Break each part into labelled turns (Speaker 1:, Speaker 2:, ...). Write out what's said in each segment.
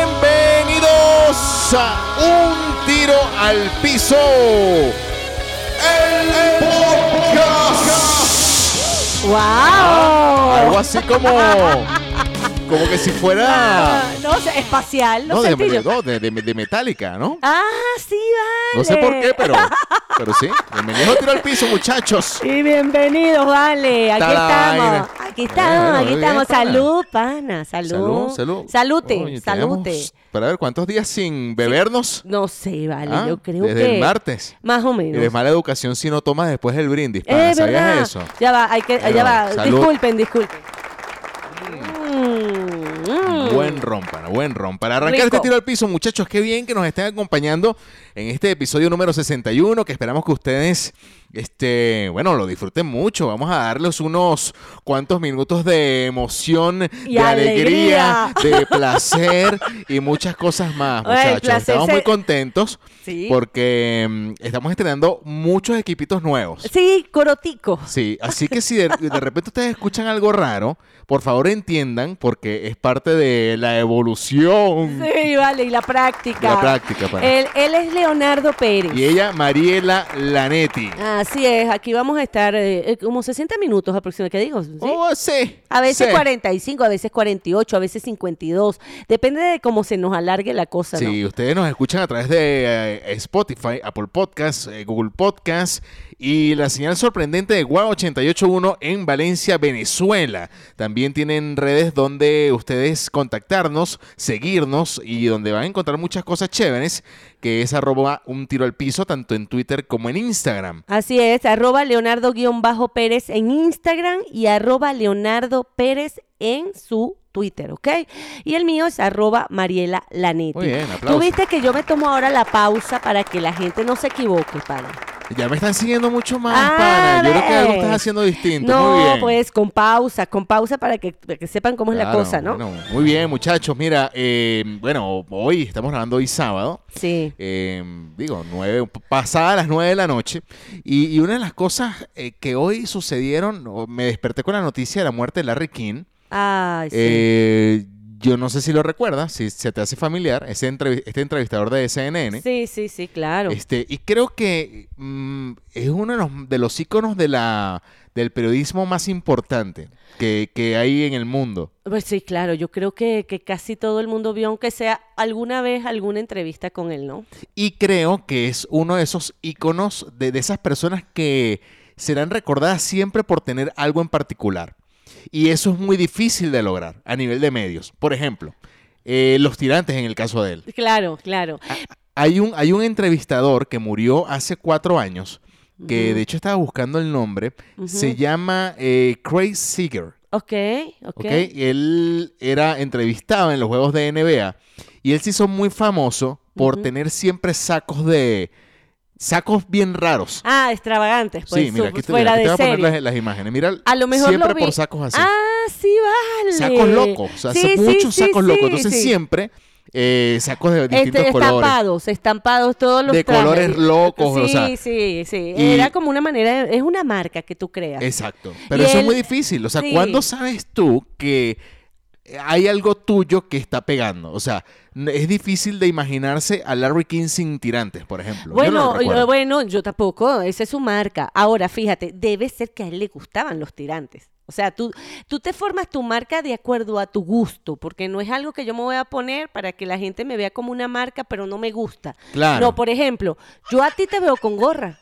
Speaker 1: Pues
Speaker 2: lanza un tiro al piso. El podcast.
Speaker 3: ¡Wow!
Speaker 2: Algo así como. Como que si fuera.
Speaker 3: Ah, No, sé, espacial, no,
Speaker 2: No, de,
Speaker 3: sentí yo.
Speaker 2: no, de, de, de Metallica, ¿no?
Speaker 3: Ah, sí, vale.
Speaker 2: No sé por qué, pero, pero sí. Bienvenidos a tiro al piso, muchachos.
Speaker 3: Y bienvenidos, vale. Aquí
Speaker 2: Está la
Speaker 3: estamos.
Speaker 2: vaina.
Speaker 3: Aquí estamos,
Speaker 2: Bueno,
Speaker 3: aquí
Speaker 2: bien,
Speaker 3: estamos.
Speaker 2: pana.
Speaker 3: Salud, pana. Salud.
Speaker 2: Salud, salud.
Speaker 3: Salute,
Speaker 2: Oye,
Speaker 3: salute.
Speaker 2: tenemos Para ver cuántos días sin bebernos.
Speaker 3: No sé, vale.
Speaker 2: Ah,
Speaker 3: Yo creo
Speaker 2: desde
Speaker 3: que.
Speaker 2: el martes.
Speaker 3: Más o
Speaker 2: Y
Speaker 3: menos.
Speaker 2: de mala educación si no tomas después el brindis. pana,
Speaker 3: es
Speaker 2: ¿Sabías
Speaker 3: verdad.
Speaker 2: eso?
Speaker 3: Ya va, hay que,
Speaker 2: Es
Speaker 3: ya
Speaker 2: verdad.
Speaker 3: va.
Speaker 2: Salud.
Speaker 3: Disculpen, disculpen. Mm, mm.
Speaker 2: Buen ron, pana, buen ron. Para arrancar
Speaker 3: Rico.
Speaker 2: este tiro al piso, muchachos, qué bien que nos estén acompañando en este episodio número 61, que esperamos que ustedes, este, bueno, lo disfruten mucho. Vamos a darles unos cuantos minutos de emoción,
Speaker 3: Y
Speaker 2: de alegría, de placer y muchas cosas más,
Speaker 3: Ay, el
Speaker 2: muchachos.
Speaker 3: placer
Speaker 2: Estamos
Speaker 3: se-
Speaker 2: muy contentos
Speaker 3: Sí.
Speaker 2: porque mm, estamos estrenando muchos equipitos nuevos.
Speaker 3: Sí, corotico.
Speaker 2: Sí, así que si de, de repente ustedes escuchan algo raro, por favor entiendan porque es parte de la evolución.
Speaker 3: Sí, vale, y la práctica.
Speaker 2: La práctica, pana.
Speaker 3: Él, él es Leonardo Pérez.
Speaker 2: Y ella, Mariela Lanetti.
Speaker 3: Así es, aquí vamos a estar eh, eh, como 60 minutos aproximadamente, ¿qué digo? ¿Sí?
Speaker 2: Oh, sí.
Speaker 3: A veces
Speaker 2: sí.
Speaker 3: 45, a veces 48, a veces 52. Depende de cómo se nos alargue la cosa, ¿no?
Speaker 2: Sí, ustedes nos escuchan a través de eh, Spotify, Apple Podcasts, eh, Google Podcasts y la señal sorprendente de Guau 881 en Valencia, Venezuela. También tienen redes donde ustedes contactarnos, seguirnos y donde van a encontrar muchas cosas chéveres, que es arroba un tiro al piso, tanto en Twitter como en Instagram.
Speaker 3: Así es, arroba Leonardo-Pérez en Instagram y arroba Leonardo Pérez en su Twitter, ¿ok? Y el mío es arroba Mariela Lanetti.
Speaker 2: Muy bien,
Speaker 3: Tú
Speaker 2: aplausos.
Speaker 3: viste que yo me tomo ahora la pausa para que la gente no se equivoque, pana.
Speaker 2: Ya me están siguiendo mucho más,
Speaker 3: Ah,
Speaker 2: pana. Yo creo que algo
Speaker 3: ves.
Speaker 2: estás haciendo distinto. Muy
Speaker 3: No,
Speaker 2: bien.
Speaker 3: pues con pausa, con pausa para que, para que sepan cómo es la
Speaker 2: Claro,
Speaker 3: cosa, ¿no?
Speaker 2: bueno, muy bien, muchachos. Mira, eh, bueno, hoy estamos grabando hoy sábado.
Speaker 3: Sí.
Speaker 2: eh, digo, nueve, pasada las nueve de la noche. Y, y una de las cosas eh, que hoy sucedieron, o me desperté con la noticia de la muerte de Larry King.
Speaker 3: Ay, sí.
Speaker 2: Eh, yo no sé si lo recuerdas, si se te hace familiar, ese entrevi- este entrevistador de CNN.
Speaker 3: sí, sí, sí, claro.
Speaker 2: Este, y creo que mm, es uno de los, de los íconos de la, del periodismo más importante que, que hay en el mundo.
Speaker 3: Pues sí, claro, yo creo que, que casi todo el mundo vio, aunque sea alguna vez alguna entrevista con él, ¿no?
Speaker 2: Y creo que es uno de esos íconos de, de esas personas que serán recordadas siempre por tener algo en particular. Y eso es muy difícil de lograr a nivel de medios. Por ejemplo, eh, los tirantes en el caso de él.
Speaker 3: Claro, claro.
Speaker 2: Ah. Hay un, hay un entrevistador que murió hace cuatro años, que
Speaker 3: Ujú.
Speaker 2: de hecho estaba buscando el nombre, se
Speaker 3: Ujú.
Speaker 2: llama eh, Craig Seeger.
Speaker 3: Ok, ok.
Speaker 2: ¿ok? Y Él era entrevistado en los juegos de NBA y él se hizo muy famoso por
Speaker 3: Ujú.
Speaker 2: tener siempre sacos de sacos bien raros.
Speaker 3: Ah, extravagantes, pues
Speaker 2: sí, mira,
Speaker 3: su-
Speaker 2: aquí te,
Speaker 3: fuera
Speaker 2: aquí te
Speaker 3: de
Speaker 2: voy a poner
Speaker 3: serie.
Speaker 2: las, las imágenes. Mira,
Speaker 3: A lo mejor
Speaker 2: siempre
Speaker 3: lo vi.
Speaker 2: por sacos así.
Speaker 3: Ah, sí, vale.
Speaker 2: Sacos locos, o sea,
Speaker 3: Sí, sí,
Speaker 2: muchos
Speaker 3: sí,
Speaker 2: sacos
Speaker 3: sí,
Speaker 2: locos. Entonces
Speaker 3: sí.
Speaker 2: siempre eh, sacos de
Speaker 3: Este,
Speaker 2: distintos colores.
Speaker 3: estampados, estampados todos los
Speaker 2: De
Speaker 3: trajes.
Speaker 2: colores locos,
Speaker 3: Sí,
Speaker 2: o sea,
Speaker 3: sí, sí.
Speaker 2: y-
Speaker 3: Era como una manera, de- es una marca que tú creas.
Speaker 2: Exacto. Pero
Speaker 3: Y
Speaker 2: eso
Speaker 3: él-
Speaker 2: es muy difícil. O sea,
Speaker 3: Sí.
Speaker 2: ¿cuándo sabes tú que hay algo tuyo que está pegando? O sea, n- es difícil de imaginarse a Larry King sin tirantes, por ejemplo. Yo no lo
Speaker 3: Bueno, yo-
Speaker 2: recuerdo.
Speaker 3: bueno, yo tampoco, esa es su marca. Ahora, fíjate, debe ser que a él le gustaban los tirantes. O sea, tú, tú te formas tu marca de acuerdo a tu gusto, porque no es algo que yo me voy a poner para que la gente me vea como una marca, pero no me gusta.
Speaker 2: Claro.
Speaker 3: No, por ejemplo, yo a ti te veo con gorra.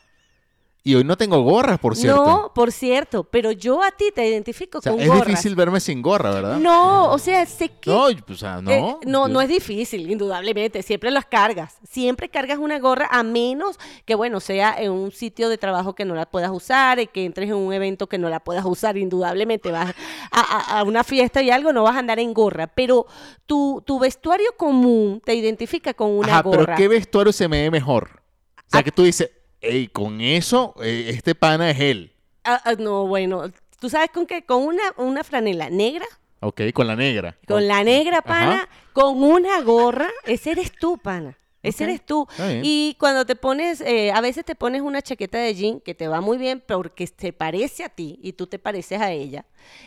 Speaker 2: Y hoy no tengo gorras, por cierto.
Speaker 3: No, por cierto, pero yo a ti te identifico
Speaker 2: O sea,
Speaker 3: con
Speaker 2: es
Speaker 3: gorra.
Speaker 2: difícil verme sin gorra, ¿verdad?
Speaker 3: No, o sea, sé que
Speaker 2: No, yo- o sea, no.
Speaker 3: Eh,
Speaker 2: Yo-
Speaker 3: no, no es difícil, indudablemente. Siempre las cargas. Siempre cargas una gorra, a menos que, bueno, sea en un sitio de trabajo que no la puedas usar, y que entres en un evento que no la puedas usar, indudablemente. Vas a, a- a una fiesta y algo, no vas a andar en gorra. Pero tu, tu vestuario común te identifica con una
Speaker 2: Ajá,
Speaker 3: gorra. Ah.
Speaker 2: pero ¿qué vestuario se me ve mejor? O sea, que tú dices, hey, con eso, eh, este pana es él.
Speaker 3: Ah, ah, no, bueno, ¿tú sabes con qué? Con una, una franela negra.
Speaker 2: Ok, con la negra.
Speaker 3: Con la negra,
Speaker 2: Ajá.
Speaker 3: pana, con una gorra, ese eres tú, pana. Ese
Speaker 2: Ok,
Speaker 3: eres tú.
Speaker 2: está bien.
Speaker 3: Y cuando te pones, eh, a veces te pones una chaqueta de jean que te va muy bien porque te parece a ti y tú te pareces a ella.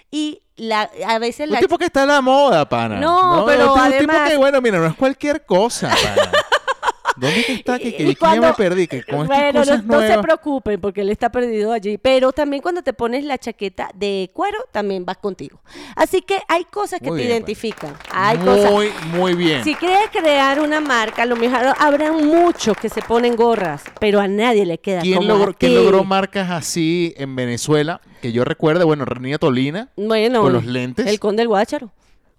Speaker 3: Y la, a veces
Speaker 2: Un
Speaker 3: la...
Speaker 2: tipo que está en la moda, pana.
Speaker 3: No, pero
Speaker 2: este es un tipo
Speaker 3: además-
Speaker 2: que, bueno, mira, no es cualquier cosa, pana. ¿Dónde es que está?
Speaker 3: Y-
Speaker 2: Que,
Speaker 3: y
Speaker 2: que, que ya
Speaker 3: cuando-
Speaker 2: me perdí, que con estas
Speaker 3: Bueno, no,
Speaker 2: cosas
Speaker 3: no se
Speaker 2: nuevas.
Speaker 3: preocupen porque él está perdido allí. Pero también cuando te pones la chaqueta de cuero, también vas contigo. Así que hay cosas que
Speaker 2: Muy
Speaker 3: te
Speaker 2: bien, Pati.
Speaker 3: identifican. Hay cosas.
Speaker 2: muy, muy bien.
Speaker 3: Si quieres crear una marca, a lo mejor habrá muchos que se ponen gorras, pero a nadie le queda
Speaker 2: ¿Quién
Speaker 3: como
Speaker 2: logró,
Speaker 3: a
Speaker 2: quién
Speaker 3: ti.
Speaker 2: logró marcas así en Venezuela? Que yo recuerde, bueno, Renía Tolina,
Speaker 3: Bueno,
Speaker 2: con los lentes.
Speaker 3: El conde del Guácharo.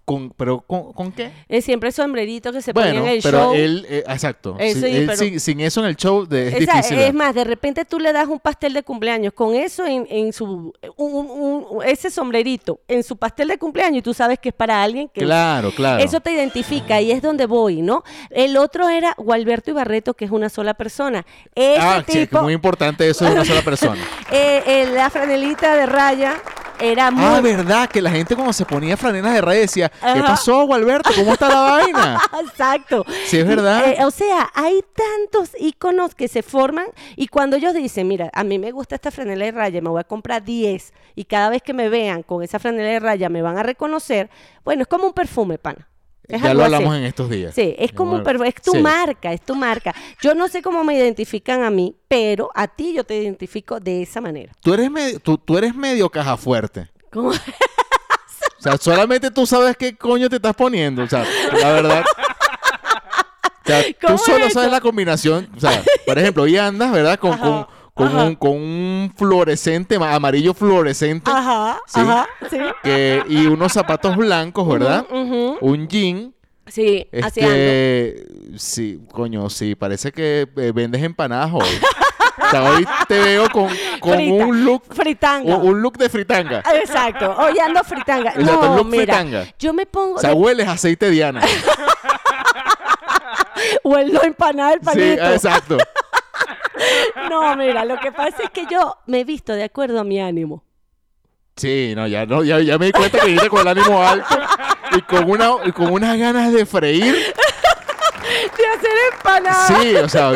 Speaker 2: con, pero ¿con, con qué?
Speaker 3: Es siempre el sombrerito que se ponía
Speaker 2: Bueno,
Speaker 3: en el
Speaker 2: pero
Speaker 3: show.
Speaker 2: él, eh, exacto.
Speaker 3: Eh,
Speaker 2: sin,
Speaker 3: sí,
Speaker 2: él
Speaker 3: pero-
Speaker 2: sin, sin eso en el show de- es
Speaker 3: Esa-
Speaker 2: difícil.
Speaker 3: es más, de repente tú le das un pastel de cumpleaños con eso en, en su un- un- un- ese sombrerito en su pastel de cumpleaños y tú sabes que es para alguien que
Speaker 2: claro, claro.
Speaker 3: Eso te identifica y es donde voy, ¿no? El otro era Gualberto Ibarreto, que es una sola persona. Ese
Speaker 2: ah, sí, que
Speaker 3: tipo,
Speaker 2: muy importante eso de una sola persona.
Speaker 3: eh, eh, la franelita de raya era muy...
Speaker 2: Ah, verdad, que la gente cuando se ponía franelas de red decía, ¿qué
Speaker 3: Ajá.
Speaker 2: pasó, Gualberto? ¿Cómo está la vaina?
Speaker 3: Exacto.
Speaker 2: Sí, es verdad.
Speaker 3: Eh, o sea, hay tantos iconos que se forman y cuando ellos dicen, mira, a mí me gusta esta franela de raya, me voy a comprar 10 y cada vez que me vean con esa franela de raya me van a reconocer, bueno, es como un perfume, pana. Es
Speaker 2: ya
Speaker 3: algo
Speaker 2: lo
Speaker 3: así.
Speaker 2: hablamos en estos días.
Speaker 3: Sí, es como un
Speaker 2: Bueno,
Speaker 3: perf- es tu
Speaker 2: sí.
Speaker 3: marca, es tu marca. Yo no sé cómo me identifican a mí, pero a ti yo te identifico de esa manera.
Speaker 2: Tú eres, medio, tú, tú eres medio caja fuerte.
Speaker 3: Como-
Speaker 2: O sea, solamente tú sabes qué coño te estás poniendo. O sea, la verdad. O sea,
Speaker 3: ¿Cómo
Speaker 2: tú solo
Speaker 3: es
Speaker 2: sabes
Speaker 3: eso?
Speaker 2: la combinación. O sea, por ejemplo, hoy andas, ¿verdad? Con, con-
Speaker 3: Ajá,
Speaker 2: con
Speaker 3: ajá.
Speaker 2: un, con un fluorescente, ma- amarillo fluorescente.
Speaker 3: Ajá,
Speaker 2: Sí.
Speaker 3: ajá, sí.
Speaker 2: que- y unos zapatos blancos, ¿verdad?
Speaker 3: Ujú,
Speaker 2: Un jean.
Speaker 3: Sí, así ando.
Speaker 2: Este, sí, coño, sí, parece que eh, vendes empanadas hoy. O sea, hoy te veo con, con
Speaker 3: Frita.
Speaker 2: un look
Speaker 3: Fritanga.
Speaker 2: un, un look de fritanga.
Speaker 3: Exacto, hoy ando fritanga.
Speaker 2: Exacto,
Speaker 3: No,
Speaker 2: look
Speaker 3: mira,
Speaker 2: fritanga.
Speaker 3: yo me pongo
Speaker 2: O sea, hueles a aceite Diana.
Speaker 3: o el no empanada del
Speaker 2: Sí,
Speaker 3: panito.
Speaker 2: ah, exacto.
Speaker 3: no, mira, lo que pasa es que yo me he visto de acuerdo a mi ánimo.
Speaker 2: Sí, no, ya, no, ya, ya me di cuenta que viniste con el ánimo alto y con, una, y con unas ganas de freír.
Speaker 3: De hacer empanadas.
Speaker 2: Sí, o sea,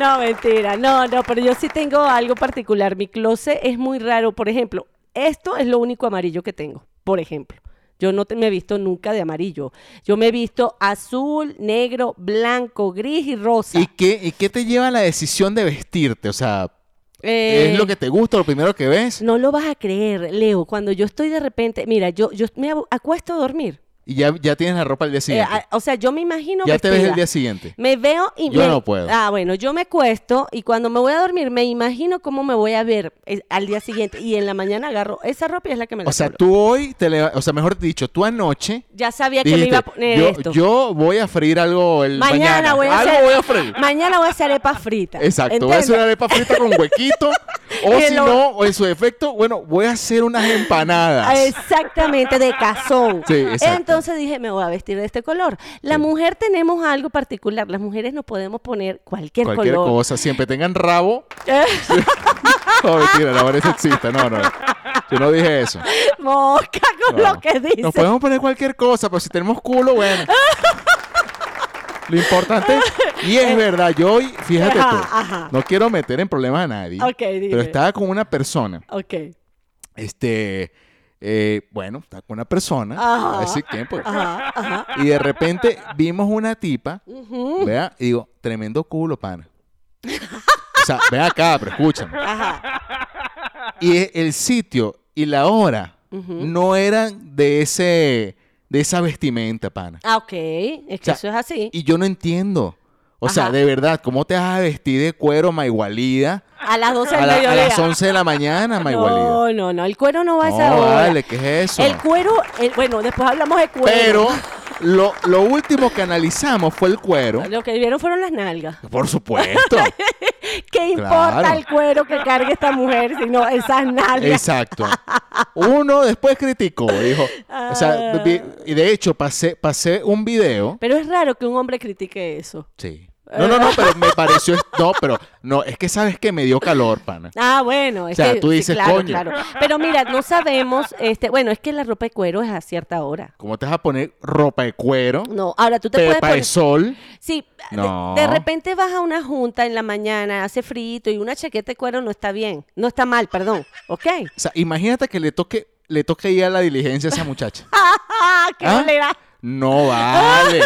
Speaker 3: No, mentira. No, no, pero yo sí tengo algo particular. Mi closet es muy raro. Por ejemplo, esto es lo único amarillo que tengo, por ejemplo. Yo no te- me he visto nunca de amarillo. Yo me he visto azul, negro, blanco, gris y rosa.
Speaker 2: ¿y qué, ¿y qué te lleva a la decisión de vestirte? O sea,
Speaker 3: Eh,
Speaker 2: ¿es lo que te gusta, lo primero que ves?
Speaker 3: No lo vas a creer, Leo. Cuando yo estoy de repente, mira, yo, yo me abu- acuesto a dormir.
Speaker 2: Y ya, ya tienes la ropa al día
Speaker 3: Eh,
Speaker 2: siguiente.
Speaker 3: a- o sea, yo me imagino
Speaker 2: ya te ves el
Speaker 3: vestida.
Speaker 2: día siguiente.
Speaker 3: Me veo y
Speaker 2: Yo
Speaker 3: me-
Speaker 2: no puedo.
Speaker 3: Ah, bueno, yo me acuesto y cuando me voy a dormir me imagino cómo me voy a ver eh, al día siguiente y en la mañana agarro esa ropa y es la que me la
Speaker 2: O sea,
Speaker 3: coloco.
Speaker 2: tú hoy, te leva- o sea, mejor dicho, tú anoche
Speaker 3: ya sabía que me
Speaker 2: dijiste,
Speaker 3: iba a poner
Speaker 2: yo,
Speaker 3: esto.
Speaker 2: yo voy a freír algo el mañana.
Speaker 3: mañana, voy a
Speaker 2: algo
Speaker 3: hacer
Speaker 2: voy a freír.
Speaker 3: Mañana voy a hacer arepas fritas.
Speaker 2: Exacto, voy a
Speaker 3: ¿entiendes?
Speaker 2: hacer una arepa frita con huequito. o
Speaker 3: Y
Speaker 2: si
Speaker 3: lo-
Speaker 2: no, o en su defecto, bueno, voy a hacer unas empanadas.
Speaker 3: Exactamente, de cazón.
Speaker 2: Sí, exacto.
Speaker 3: Entonces dije, me voy a vestir de este color. La
Speaker 2: Sí.
Speaker 3: mujer tenemos algo particular. Las mujeres nos podemos poner cualquier,
Speaker 2: Cualquier
Speaker 3: color.
Speaker 2: cosa, siempre tengan rabo. No, mentira, la verdad existe. No, no. Yo no dije eso.
Speaker 3: Mosca con
Speaker 2: No.
Speaker 3: lo que dice.
Speaker 2: Nos podemos poner cualquier cosa, pero si tenemos culo, bueno. Lo importante, y es verdad, yo hoy, fíjate
Speaker 3: Eh, Ajá,
Speaker 2: tú,
Speaker 3: ajá.
Speaker 2: no quiero meter en problemas a nadie,
Speaker 3: Ok,
Speaker 2: pero
Speaker 3: dime.
Speaker 2: estaba con una persona,
Speaker 3: Ok.
Speaker 2: este, eh, bueno, estaba con una persona,
Speaker 3: Ajá.
Speaker 2: a decir quién, pues,
Speaker 3: Ajá, Ah, ajá.
Speaker 2: y de repente vimos una tipa,
Speaker 3: Ujú.
Speaker 2: vea, y digo, tremendo culo, pana. O sea, ven acá, pero escúchame.
Speaker 3: Ajá.
Speaker 2: Y e- el sitio y la hora
Speaker 3: Ujú.
Speaker 2: no eran de ese, de esa vestimenta, pana.
Speaker 3: Ah, ok. Es que
Speaker 2: O sea,
Speaker 3: eso es así.
Speaker 2: Y yo no entiendo. O sea,
Speaker 3: Ajá.
Speaker 2: de verdad, ¿cómo te vas a vestir de cuero, maigualida?
Speaker 3: A las 12
Speaker 2: A,
Speaker 3: del
Speaker 2: la- a
Speaker 3: mediodía.
Speaker 2: las 11 de la mañana, maigualida.
Speaker 3: No, no, no. El cuero no va a
Speaker 2: No,
Speaker 3: esa hora.
Speaker 2: vale, ¿qué es eso?
Speaker 3: El cuero, el- bueno, después hablamos de cuero.
Speaker 2: Pero lo, lo último que analizamos fue el cuero.
Speaker 3: Lo que vieron fueron las nalgas.
Speaker 2: Por supuesto.
Speaker 3: ¿Qué importa
Speaker 2: Claro.
Speaker 3: el cuero que cargue esta mujer si no esas nalgas?
Speaker 2: Exacto. Uno después criticó, dijo. O sea,
Speaker 3: Ah.
Speaker 2: vi- y de hecho pasé, pasé un video.
Speaker 3: Pero es raro que un hombre critique eso.
Speaker 2: Sí. No, no, no, pero me pareció. No, pero no, es que sabes que me dio calor, pana.
Speaker 3: Ah, bueno, es
Speaker 2: O sea,
Speaker 3: que-
Speaker 2: tú
Speaker 3: sí,
Speaker 2: dices,
Speaker 3: claro,
Speaker 2: coño.
Speaker 3: claro. Pero mira, no sabemos, este, bueno, es que la ropa de cuero es a cierta hora.
Speaker 2: ¿Cómo te vas a poner ropa de cuero?
Speaker 3: No, ahora tú te puedes
Speaker 2: Pepa
Speaker 3: poner.
Speaker 2: de sol.
Speaker 3: Sí, de-
Speaker 2: No.
Speaker 3: de, repente vas a una junta en la mañana, hace frito y una chaqueta de cuero no está bien, no está mal, perdón, ¿ok?
Speaker 2: O sea, imagínate que le toque, le toque ir a la diligencia a esa muchacha.
Speaker 3: ¡Ah, qué
Speaker 2: ¿Ah?
Speaker 3: bolera!
Speaker 2: No vale.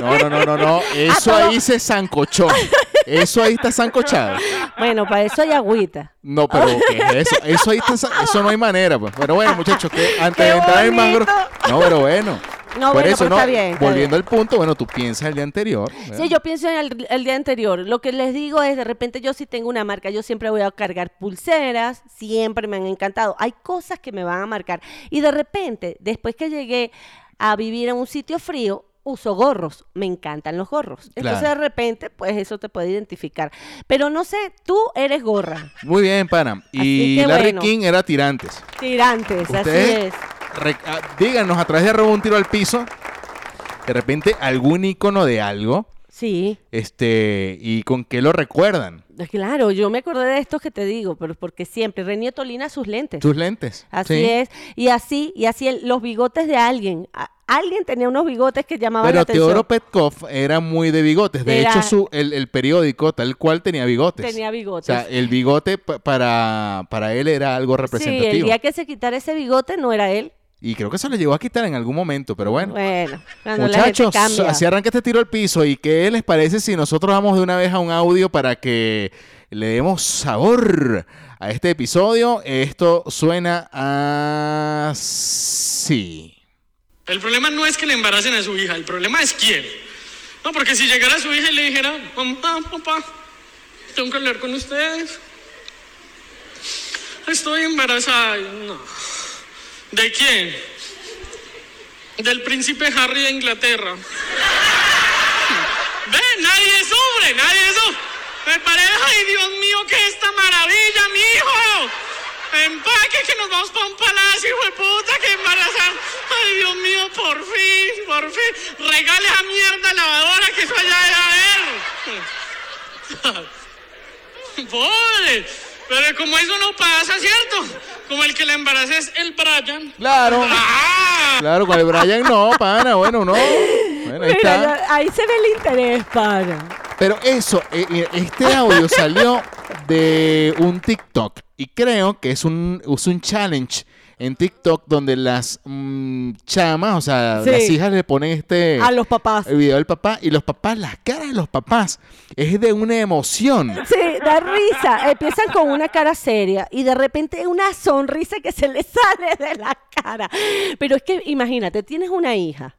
Speaker 2: No, no, no, no, no. Eso
Speaker 3: todo-
Speaker 2: ahí se zancochó. Eso ahí está zancochado.
Speaker 3: Bueno, para eso hay agüita.
Speaker 2: No, pero ¿qué es eso? Eso ahí está zan- Eso no hay manera. Pues. Pero bueno, muchachos, que antes
Speaker 3: ¡Qué
Speaker 2: de entrar en
Speaker 3: bonito!
Speaker 2: mangro. No, pero bueno.
Speaker 3: No,
Speaker 2: Por
Speaker 3: bueno,
Speaker 2: eso,
Speaker 3: pero
Speaker 2: no.
Speaker 3: está bien, está
Speaker 2: Volviendo al punto, bueno, tú piensas el día anterior.
Speaker 3: Sí, yo pienso en el, el día anterior. Lo que les digo es, de repente yo sí tengo una marca, yo siempre voy a cargar pulseras, siempre me han encantado. Hay cosas que me van a marcar. Y de repente, después que llegué a vivir en un sitio frío, uso gorros. Me encantan los gorros. Entonces
Speaker 2: Claro.
Speaker 3: de repente, pues eso te puede identificar. Pero no sé, tú eres gorra.
Speaker 2: Muy bien, pana. Y
Speaker 3: Así que
Speaker 2: Larry
Speaker 3: bueno.
Speaker 2: King era tirantes.
Speaker 3: Tirantes,
Speaker 2: Ustedes-
Speaker 3: así es.
Speaker 2: Re- ah, díganos a través de arroba un tiro al piso. De repente algún icono de algo.
Speaker 3: Sí.
Speaker 2: Este, y con qué lo recuerdan.
Speaker 3: Claro, yo me acordé de estos que te digo, pero porque siempre René Tolina sus lentes.
Speaker 2: Tus lentes.
Speaker 3: Así
Speaker 2: Sí.
Speaker 3: es. Y así, y así el- los bigotes de alguien. A- alguien tenía unos bigotes que llamaban la
Speaker 2: Pero
Speaker 3: atención.
Speaker 2: Teodoro Petkov era muy de bigotes. De
Speaker 3: Era-
Speaker 2: hecho, su, el, el periódico tal cual tenía bigotes.
Speaker 3: Tenía bigotes.
Speaker 2: O sea, el bigote pa- para, para él era algo
Speaker 3: sí, el
Speaker 2: representativo.
Speaker 3: día que se quitara ese bigote no era él.
Speaker 2: Y creo que se lo llegó a quitar en algún momento, pero bueno.
Speaker 3: Bueno, cuando la gente
Speaker 2: Muchachos,
Speaker 3: cambia.
Speaker 2: así arranca este tiro al piso. ¿Y qué les parece si nosotros vamos de una vez a un audio para que le demos sabor a este episodio? Esto suena así.
Speaker 4: El problema no es que le embaracen a su hija, el problema es quién. No, porque si llegara su hija y le dijera, mamá, papá, tengo que hablar con ustedes. Estoy embarazada. No. ¿De quién? Del príncipe Harry de Inglaterra. Ve, nadie sufre, nadie sufre. Me parece, ay Dios mío, que esta maravilla, mi hijo. Empaque que nos vamos para un palacio, hijo de puta, que embarazar. Ay Dios mío, por fin, por fin. Regale esa mierda lavadora que eso allá debe haber. Pobre. Pero como eso no pasa, ¿cierto? Como el que la embaraza es el Brian.
Speaker 2: Claro,
Speaker 4: ¡Ah!
Speaker 2: claro, con el Brian no, pana, bueno, no. Bueno, ahí
Speaker 3: Mira,
Speaker 2: está.
Speaker 3: ya- ahí se ve el interés, para.
Speaker 2: Pero eso, eh, eh, este audio salió de un TikTok y creo que es un, es un challenge en TikTok donde las mm, chamas, o sea,
Speaker 3: Sí.
Speaker 2: las hijas le ponen este...
Speaker 3: A los papás.
Speaker 2: el video del papá y los papás, las caras de los papás es de una emoción.
Speaker 3: Sí, da risa. Empiezan con una cara seria y de repente una sonrisa que se les sale de la cara. Pero es que imagínate, tienes una hija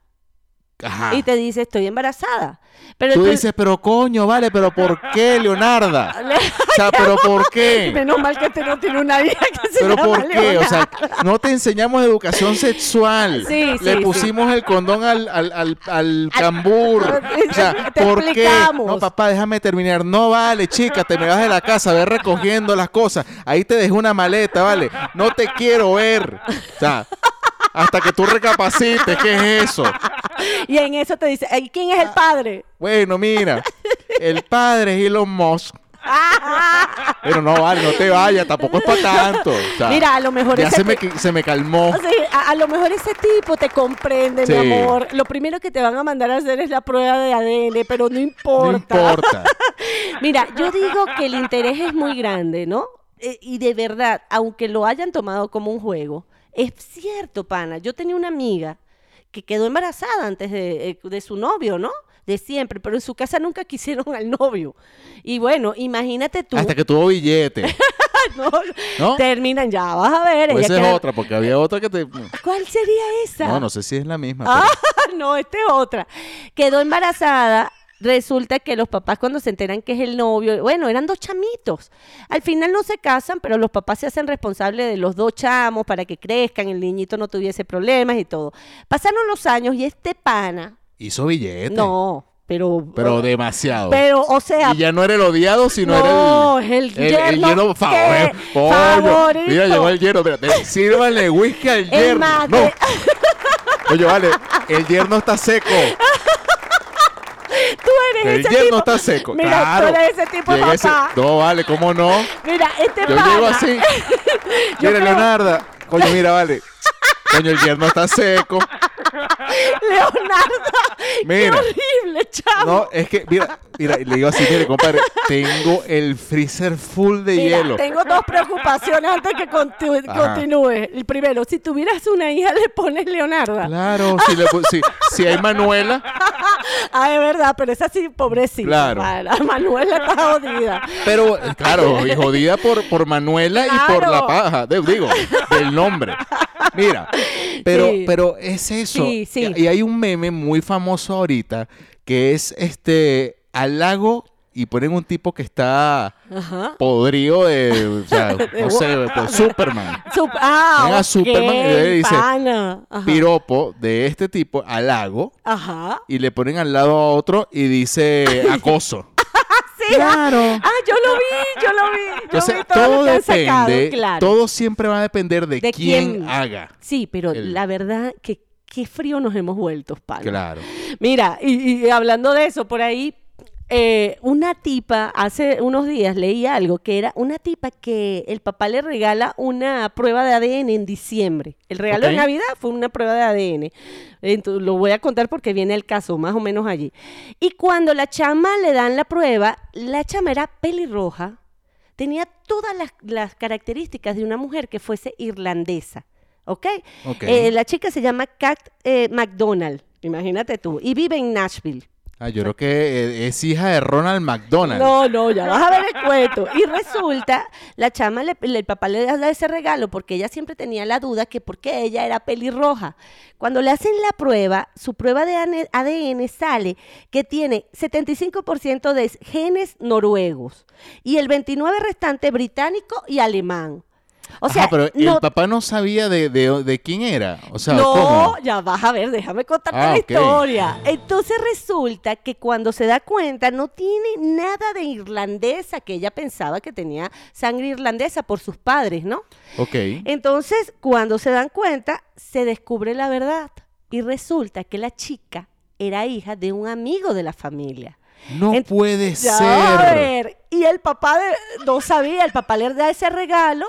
Speaker 2: Ajá.
Speaker 3: y te dice, estoy embarazada. Pero
Speaker 2: Ah. Tú
Speaker 3: tú-
Speaker 2: dices, pero coño, vale, pero ¿por qué, Leonarda? O sea, pero ¿por qué?
Speaker 3: Menos mal que usted no tiene una hija que se
Speaker 2: Pero
Speaker 3: llama
Speaker 2: ¿por qué? O sea,
Speaker 3: Leonardo.
Speaker 2: no te enseñamos educación sexual.
Speaker 3: Sí, sí,
Speaker 2: Le
Speaker 3: sí.
Speaker 2: pusimos el condón al, al, al, al cambur. O sea,
Speaker 3: Te
Speaker 2: ¿por qué?
Speaker 3: explicamos.
Speaker 2: No, papá, déjame terminar. No vale, chica, te me vas de la casa, ve recogiendo las cosas. Ahí te dejo una maleta, vale. No te quiero ver. O sea, hasta que tú recapacites, ¿qué es eso?
Speaker 3: Y en eso te dice, "Ay, ¿quién es el padre?
Speaker 2: Bueno, mira, el padre es Elon Musk. Pero no vale, no te vayas, tampoco es para tanto. O sea,
Speaker 3: Mira, a lo mejor
Speaker 2: ya
Speaker 3: ese
Speaker 2: se me,
Speaker 3: te-
Speaker 2: qui- se me calmó.
Speaker 3: O sea, a, a lo mejor ese tipo te comprende,
Speaker 2: Sí.
Speaker 3: mi amor. Lo primero que te van a mandar a hacer es la prueba de ADN, pero no importa.
Speaker 2: No importa.
Speaker 3: Mira, yo digo que el interés es muy grande, ¿no? Eh, y de verdad, aunque lo hayan tomado como un juego, es cierto, pana. Yo tenía una amiga que quedó embarazada antes de, eh, de su novio, ¿no? De siempre, pero en su casa nunca quisieron al novio. Y bueno, imagínate tú.
Speaker 2: Hasta que tuvo billete.
Speaker 3: no,
Speaker 2: ¿No?
Speaker 3: Terminan ya, vas a ver.
Speaker 2: O
Speaker 3: ella
Speaker 2: esa es
Speaker 3: queda-
Speaker 2: otra, porque había otra que te. No,
Speaker 3: ¿Cuál sería esa?
Speaker 2: no sé si es la misma.
Speaker 3: Ah,
Speaker 2: pero-
Speaker 3: no, esta es otra. Quedó embarazada. Resulta que los papás cuando se enteran que es el novio, bueno, eran dos chamitos. Al final no se casan, pero los papás se hacen responsables de los dos chamos para que crezcan, el niñito no tuviese problemas y todo. Pasaron los años y este pana,
Speaker 2: Hizo billete.
Speaker 3: no, pero...
Speaker 2: Este. Pero demasiado.
Speaker 3: pero, o sea...
Speaker 2: y ya no era el odiado, sino
Speaker 3: No,
Speaker 2: era el.
Speaker 3: es el yerno
Speaker 2: yerno
Speaker 3: que-
Speaker 2: favor- coño.
Speaker 3: favorito.
Speaker 2: Mira, llegó el yerno. Espérate, sírvanle whisky al yerno.
Speaker 3: más,
Speaker 2: no.
Speaker 3: de-
Speaker 2: Oye, vale, el yerno está seco.
Speaker 3: tú eres
Speaker 2: El
Speaker 3: ese tipo...
Speaker 2: yerno está seco.
Speaker 3: Mira,
Speaker 2: claro.
Speaker 3: tú eres ese tipo de
Speaker 2: Llega ese-
Speaker 3: papá.
Speaker 2: No, vale, ¿cómo no?
Speaker 3: Mira, este
Speaker 2: Yo
Speaker 3: pana...
Speaker 2: llego así.
Speaker 3: Yo
Speaker 2: Mira,
Speaker 3: creo-
Speaker 2: Leonarda. Coño, mira, vale. Coño, el yerno está seco.
Speaker 3: Leonardo,
Speaker 2: Mira.
Speaker 3: qué horrible, chavo.
Speaker 2: No, es que, mira, mira, y le digo así, mire, compadre, tengo el freezer full de
Speaker 3: Mira,
Speaker 2: hielo.
Speaker 3: tengo dos preocupaciones antes que conti-
Speaker 2: Ajá.
Speaker 3: continúe. El primero, si tuvieras una hija, le pones Leonarda.
Speaker 2: Claro, si, le pu- si, si hay Manuela.
Speaker 3: Ah, es verdad, pero esa sí, pobrecita.
Speaker 2: Claro.
Speaker 3: Mara. Manuela está jodida.
Speaker 2: Pero, eh, claro, y jodida por, por Manuela y por la
Speaker 3: Claro.
Speaker 2: paja, de- digo, del nombre. Mira, pero,
Speaker 3: Sí.
Speaker 2: pero es eso.
Speaker 3: Sí, sí.
Speaker 2: Y, y hay un meme muy famoso ahorita que es este halago y ponen un tipo que está
Speaker 3: Ajá.
Speaker 2: podrido de, o sea, no sé, pues, Superman.
Speaker 3: Sup- ah,
Speaker 2: Venga,
Speaker 3: ok,
Speaker 2: Superman, y le dice,
Speaker 3: pana. Ajá.
Speaker 2: Piropo de este tipo, halago,
Speaker 3: Ajá.
Speaker 2: y le ponen al lado a otro y dice acoso.
Speaker 3: Sí,
Speaker 2: Claro.
Speaker 3: Ah, yo lo vi, yo lo vi. Yo vi
Speaker 2: Entonces,
Speaker 3: todo,
Speaker 2: todo
Speaker 3: lo que han sacado,
Speaker 2: depende,
Speaker 3: claro.
Speaker 2: todo siempre va a depender de,
Speaker 3: ¿De
Speaker 2: quién,
Speaker 3: quién?
Speaker 2: haga.
Speaker 3: Sí, pero
Speaker 2: el-
Speaker 3: la verdad que qué frío nos hemos vuelto, pana.
Speaker 2: Claro.
Speaker 3: Mira, y, y hablando de eso, por ahí, eh, una tipa, hace unos días leí algo que era una tipa que el papá le regala una prueba de ADN en diciembre. El regalo
Speaker 2: Ok.
Speaker 3: de Navidad fue una prueba de ADN. Entonces, lo voy a contar porque viene el caso, más o menos allí. Y cuando la chama le dan la prueba, la chama era pelirroja, tenía todas las, las características de una mujer que fuese irlandesa. ¿Ok?
Speaker 2: Ok.
Speaker 3: Eh, la chica se llama Kat eh, McDonald, imagínate tú, y vive en Nashville.
Speaker 2: Ah, yo creo que eh, es hija de Ronald McDonald.
Speaker 3: No, no, ya vas a ver el cuento. Y resulta, la chama, le- le- el papá le da ese regalo porque ella siempre tenía la duda que por qué ella era pelirroja. Cuando le hacen la prueba, su prueba de AN ADN sale que tiene 75% de genes noruegos y el 29% restante británico y alemán. O sea,
Speaker 2: Ajá, pero el
Speaker 3: no-
Speaker 2: papá no sabía de, de- de quién era. O sea,
Speaker 3: no,
Speaker 2: ¿cómo?
Speaker 3: ya vas a ver, déjame contarte
Speaker 2: Ah,
Speaker 3: la
Speaker 2: ok.
Speaker 3: historia. Entonces resulta que cuando se da cuenta no tiene nada de irlandesa, que ella pensaba que tenía sangre irlandesa por sus padres, ¿no?
Speaker 2: Ok.
Speaker 3: Eh, Entonces, cuando se dan cuenta, se descubre la verdad y resulta que la chica era hija de un amigo de la familia.
Speaker 2: No
Speaker 3: Ent-
Speaker 2: puede
Speaker 3: Ya eh. va a
Speaker 2: ser.
Speaker 3: ver. Y el papá de- no sabía, el papá le da ese regalo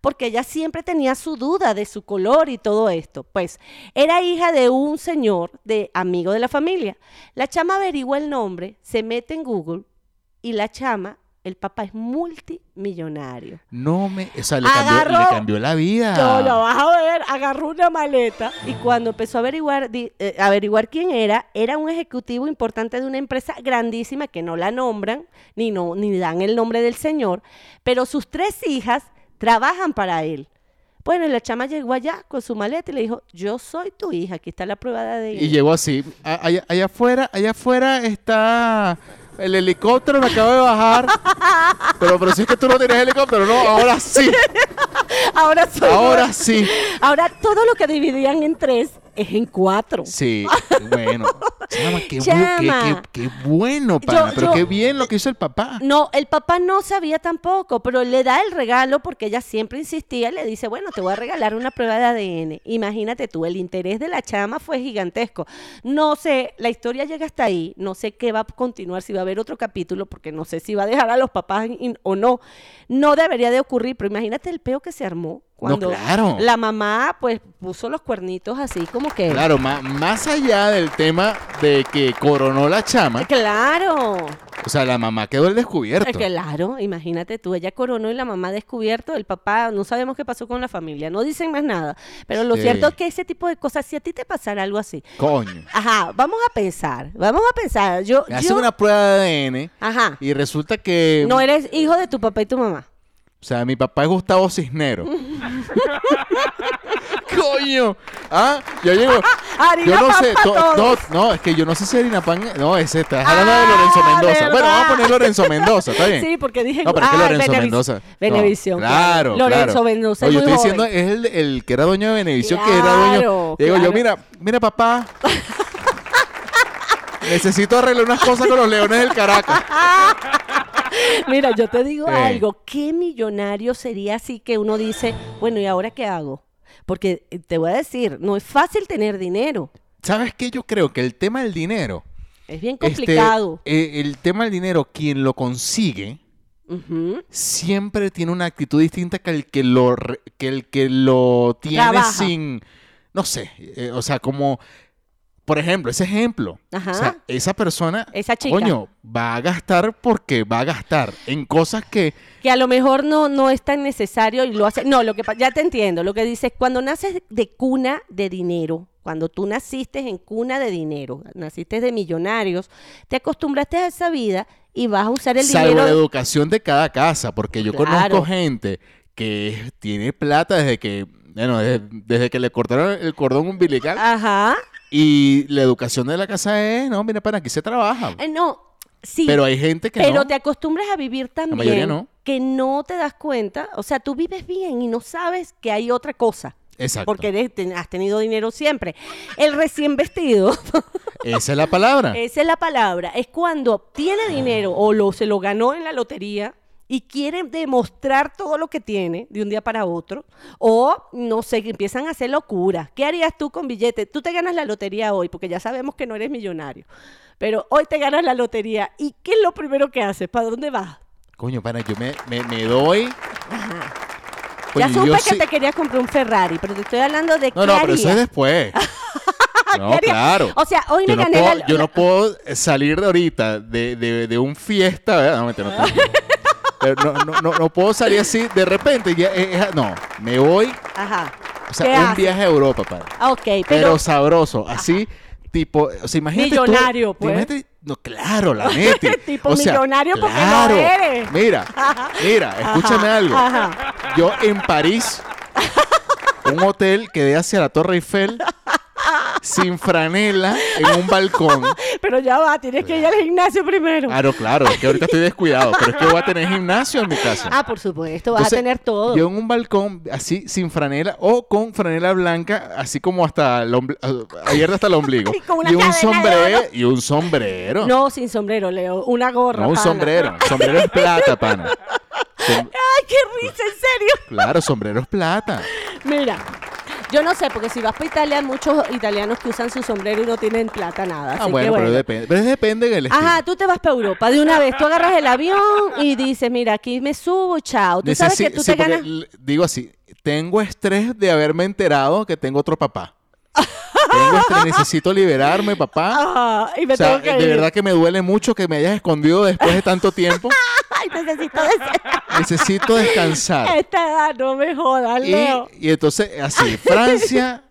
Speaker 3: porque ella siempre tenía su duda de su color y todo esto. Pues era hija de un señor, de amigo de la familia. La chama averigua el nombre, se mete en Google y la chama, el papá es multimillonario.
Speaker 2: No me. O sea, le cambió,
Speaker 3: Agarró-
Speaker 2: le cambió la vida.
Speaker 3: No, lo vas a ver. Agarró una maleta y cuando empezó a averiguar, di- eh, averiguar quién era, era un ejecutivo importante de una empresa grandísima que no la nombran ni, no, ni dan el nombre del señor, pero sus tres hijas trabajan para él. Bueno, y la chama llegó allá con su maleta y le dijo, yo soy tu hija, aquí está la prueba de ADN.
Speaker 2: Y llegó así. "A- Allá, allá afuera, allá afuera está el helicóptero, me acabo de bajar. Pero, pero si es que tú no tienes helicóptero, no, ahora sí,
Speaker 3: Ahora soy
Speaker 2: ahora
Speaker 3: yo.
Speaker 2: sí.
Speaker 3: Ahora todo lo que dividían en tres es en cuatro.
Speaker 2: Sí, bueno. Chama, qué, bu-
Speaker 3: Chama.
Speaker 2: qué- qué- qué bueno, pana.
Speaker 3: Yo-
Speaker 2: pero
Speaker 3: yo- Mm.
Speaker 2: qué bien lo que hizo el papá.
Speaker 3: No, el papá no sabía tampoco, pero le da el regalo porque ella siempre insistía, le dice, bueno, te voy a regalar una prueba de ADN. Imagínate tú, el interés de la chama fue gigantesco. No sé, la historia llega hasta ahí, no sé qué va a continuar, si va a haber otro capítulo, porque no sé si va a dejar a los papás in- o no. No debería de ocurrir, pero imagínate el peo que se armó cuando
Speaker 2: claro.
Speaker 3: la mamá pues puso los cuernitos así como que...
Speaker 2: Claro, ma- más allá del tema de que coronó la chama,
Speaker 3: Claro.
Speaker 2: o sea, la mamá quedó al descubierto.
Speaker 3: Eh, Claro, imagínate tú, ella coronó y la mamá descubierto, el papá, no sabemos qué pasó con la familia, no dicen más nada, pero lo
Speaker 2: Sí.
Speaker 3: cierto es que ese tipo de cosas, si a ti te pasara algo así,
Speaker 2: Coño.
Speaker 3: ajá, vamos a pensar, vamos a pensar, yo,
Speaker 2: Le hacen
Speaker 3: yo-
Speaker 2: una prueba de ADN
Speaker 3: ajá,
Speaker 2: y eh, resulta que.
Speaker 3: no eres hijo de tu papá y tu mamá.
Speaker 2: O sea, mi papá es Gustavo Cisnero. Coño. Ah, yo llego.
Speaker 3: Harina
Speaker 2: Yo no
Speaker 3: pan
Speaker 2: sé,
Speaker 3: pa'
Speaker 2: to-
Speaker 3: todos.
Speaker 2: to- no, es que yo no sé si harina pan, no, es esta, es hablando de
Speaker 3: Ah,
Speaker 2: Lorenzo Mendoza. Bueno,
Speaker 3: ¿verdad?
Speaker 2: vamos a poner Lorenzo Mendoza, ¿está bien?
Speaker 3: Sí, porque dije,
Speaker 2: No, pero es que
Speaker 3: ay,
Speaker 2: Lorenzo
Speaker 3: Benevis-
Speaker 2: Mendoza.
Speaker 3: Benevisión,
Speaker 2: no, claro,
Speaker 3: claro. Lorenzo
Speaker 2: claro.
Speaker 3: Mendoza
Speaker 2: No,
Speaker 3: es
Speaker 2: yo
Speaker 3: muy
Speaker 2: estoy
Speaker 3: joven.
Speaker 2: diciendo, eh, es el, el que era dueño de Benevisión, que era dueño.
Speaker 3: Claro,
Speaker 2: Digo yo,
Speaker 3: claro.
Speaker 2: mira, mira papá, necesito arreglar unas cosas con los leones del Caracas.
Speaker 3: Mira, yo te digo
Speaker 2: Sí.
Speaker 3: algo, ¿qué millonario sería así que uno dice, bueno, ¿y ahora qué hago? Porque eh, te voy a decir, no es fácil tener dinero,
Speaker 2: ¿Sabes qué? Yo creo que el tema del dinero.
Speaker 3: es bien
Speaker 2: este,
Speaker 3: complicado.
Speaker 2: eh, el tema del dinero, quien lo consigue,
Speaker 3: Ujú.
Speaker 2: siempre tiene una actitud distinta que el que lo re- que el que lo tiene
Speaker 3: Trabaja.
Speaker 2: sin no sé, eh, o sea, como, por ejemplo, ese ejemplo,
Speaker 3: Ajá.
Speaker 2: o sea, esa persona,
Speaker 3: Esa chica.
Speaker 2: coño, va a gastar porque va a gastar en cosas que,
Speaker 3: que a lo mejor no, no es tan necesario y lo hace. No, lo que pa- ya te entiendo. Lo que dices, cuando naces de cuna de dinero, cuando tú naciste en cuna de dinero, naciste de millonarios, te acostumbraste a esa vida y vas a usar el
Speaker 2: salvo
Speaker 3: dinero.
Speaker 2: la educación de cada casa, porque yo
Speaker 3: Claro.
Speaker 2: conozco gente que tiene plata desde que, bueno, desde, desde que le cortaron el cordón umbilical
Speaker 3: Ajá.
Speaker 2: y la educación de la casa es, no, mira, para aquí se trabaja.
Speaker 3: Eh, No, sí.
Speaker 2: Pero hay gente que
Speaker 3: pero
Speaker 2: no.
Speaker 3: te acostumbras a vivir tan
Speaker 2: mayoría
Speaker 3: bien
Speaker 2: no.
Speaker 3: que no te das cuenta. O sea, tú vives bien y no sabes que hay otra cosa.
Speaker 2: Exacto.
Speaker 3: Porque eres- te- has tenido dinero siempre. El recién vestido.
Speaker 2: Esa es la palabra.
Speaker 3: Esa es la palabra. Es cuando obtiene dinero o lo, se lo ganó en la lotería y quiere demostrar todo lo que tiene de un día para otro. O, no sé, que empiezan a hacer locuras. ¿Qué harías tú con billete? Tú te ganas la lotería hoy, porque ya sabemos que no eres millonario. Pero hoy te ganas la lotería. ¿Y qué es lo primero que haces? ¿Para dónde vas?
Speaker 2: Coño, para, yo me, me, me doy.
Speaker 3: ya
Speaker 2: Coño,
Speaker 3: supe
Speaker 2: yo
Speaker 3: que
Speaker 2: sí-
Speaker 3: te querías comprar un Ferrari, pero te estoy hablando de
Speaker 2: No,
Speaker 3: qué
Speaker 2: no, pero eso es
Speaker 3: harías.
Speaker 2: después. No,
Speaker 3: ¿Qué harías?
Speaker 2: claro.
Speaker 3: O sea, hoy
Speaker 2: yo,
Speaker 3: me
Speaker 2: no
Speaker 3: gané
Speaker 2: puedo,
Speaker 3: la...
Speaker 2: yo no puedo eh, salir de ahorita de, de, de un fiesta. ¿verdad? No, mentira, no puedo. Pero no, no, no, no puedo salir así de repente. ya, eh, eh, no, me voy.
Speaker 3: Ajá.
Speaker 2: O
Speaker 3: ¿Qué
Speaker 2: sea, un
Speaker 3: haces?
Speaker 2: viaje a Europa, padre.
Speaker 3: Ah, Ok, pero...
Speaker 2: Pero, sabroso, así, tipo, o sea, imagínate tú-
Speaker 3: Millonario, pues.
Speaker 2: imagínate- no, claro, la neta.
Speaker 3: Tipo millonario porque lo eres.
Speaker 2: Mira, mira, escúchame
Speaker 3: Ajá,
Speaker 2: algo.
Speaker 3: ajá.
Speaker 2: Yo en París, un hotel que dé hacia la Torre Eiffel, sin franela, en un balcón.
Speaker 3: Pero ya va, tienes que ir al gimnasio primero.
Speaker 2: Claro, claro, es que ahorita estoy descuidado, pero es que voy a tener gimnasio en mi casa.
Speaker 3: Ah, por supuesto, vas
Speaker 2: Entonces,
Speaker 3: a tener todo.
Speaker 2: Yo en un balcón, así, sin franela, o con franela blanca, así como hasta el ombli- abierta hasta el ombligo.
Speaker 3: Y con una
Speaker 2: un
Speaker 3: cadena de
Speaker 2: sombrero,
Speaker 3: oro.
Speaker 2: y un sombrero.
Speaker 3: No, sin sombrero, Leo. Una gorra.
Speaker 2: No, un
Speaker 3: pana.
Speaker 2: sombrero. Sombrero es plata, pana. Som-
Speaker 3: Ay, qué risa, en serio.
Speaker 2: claro, sombrero es plata.
Speaker 3: Mira, yo no sé, porque si vas para Italia, hay muchos italianos que usan su sombrero y no tienen plata nada.
Speaker 2: Ah,
Speaker 3: así
Speaker 2: bueno,
Speaker 3: que bueno.
Speaker 2: pero depende. Pero depende del estilo.
Speaker 3: Ajá, tú te vas para Europa de una vez. Tú agarras el avión y dices, mira, aquí me subo, chao. Tú sabes
Speaker 2: Necesi-
Speaker 3: que tú
Speaker 2: sí,
Speaker 3: te
Speaker 2: porque
Speaker 3: ganas.
Speaker 2: l- Digo así, tengo estrés de haberme enterado que tengo otro papá. tengo estrés, necesito liberarme, papá.
Speaker 3: Ajá, y Ah, me
Speaker 2: o sea,
Speaker 3: tengo que
Speaker 2: de
Speaker 3: ir.
Speaker 2: verdad que me duele mucho que me hayas escondido después de tanto tiempo.
Speaker 3: Ay, necesito des-
Speaker 2: Necesito descansar.
Speaker 3: Esta edad, no me jodas,
Speaker 2: Y,
Speaker 3: Leo.
Speaker 2: y entonces, así, Francia,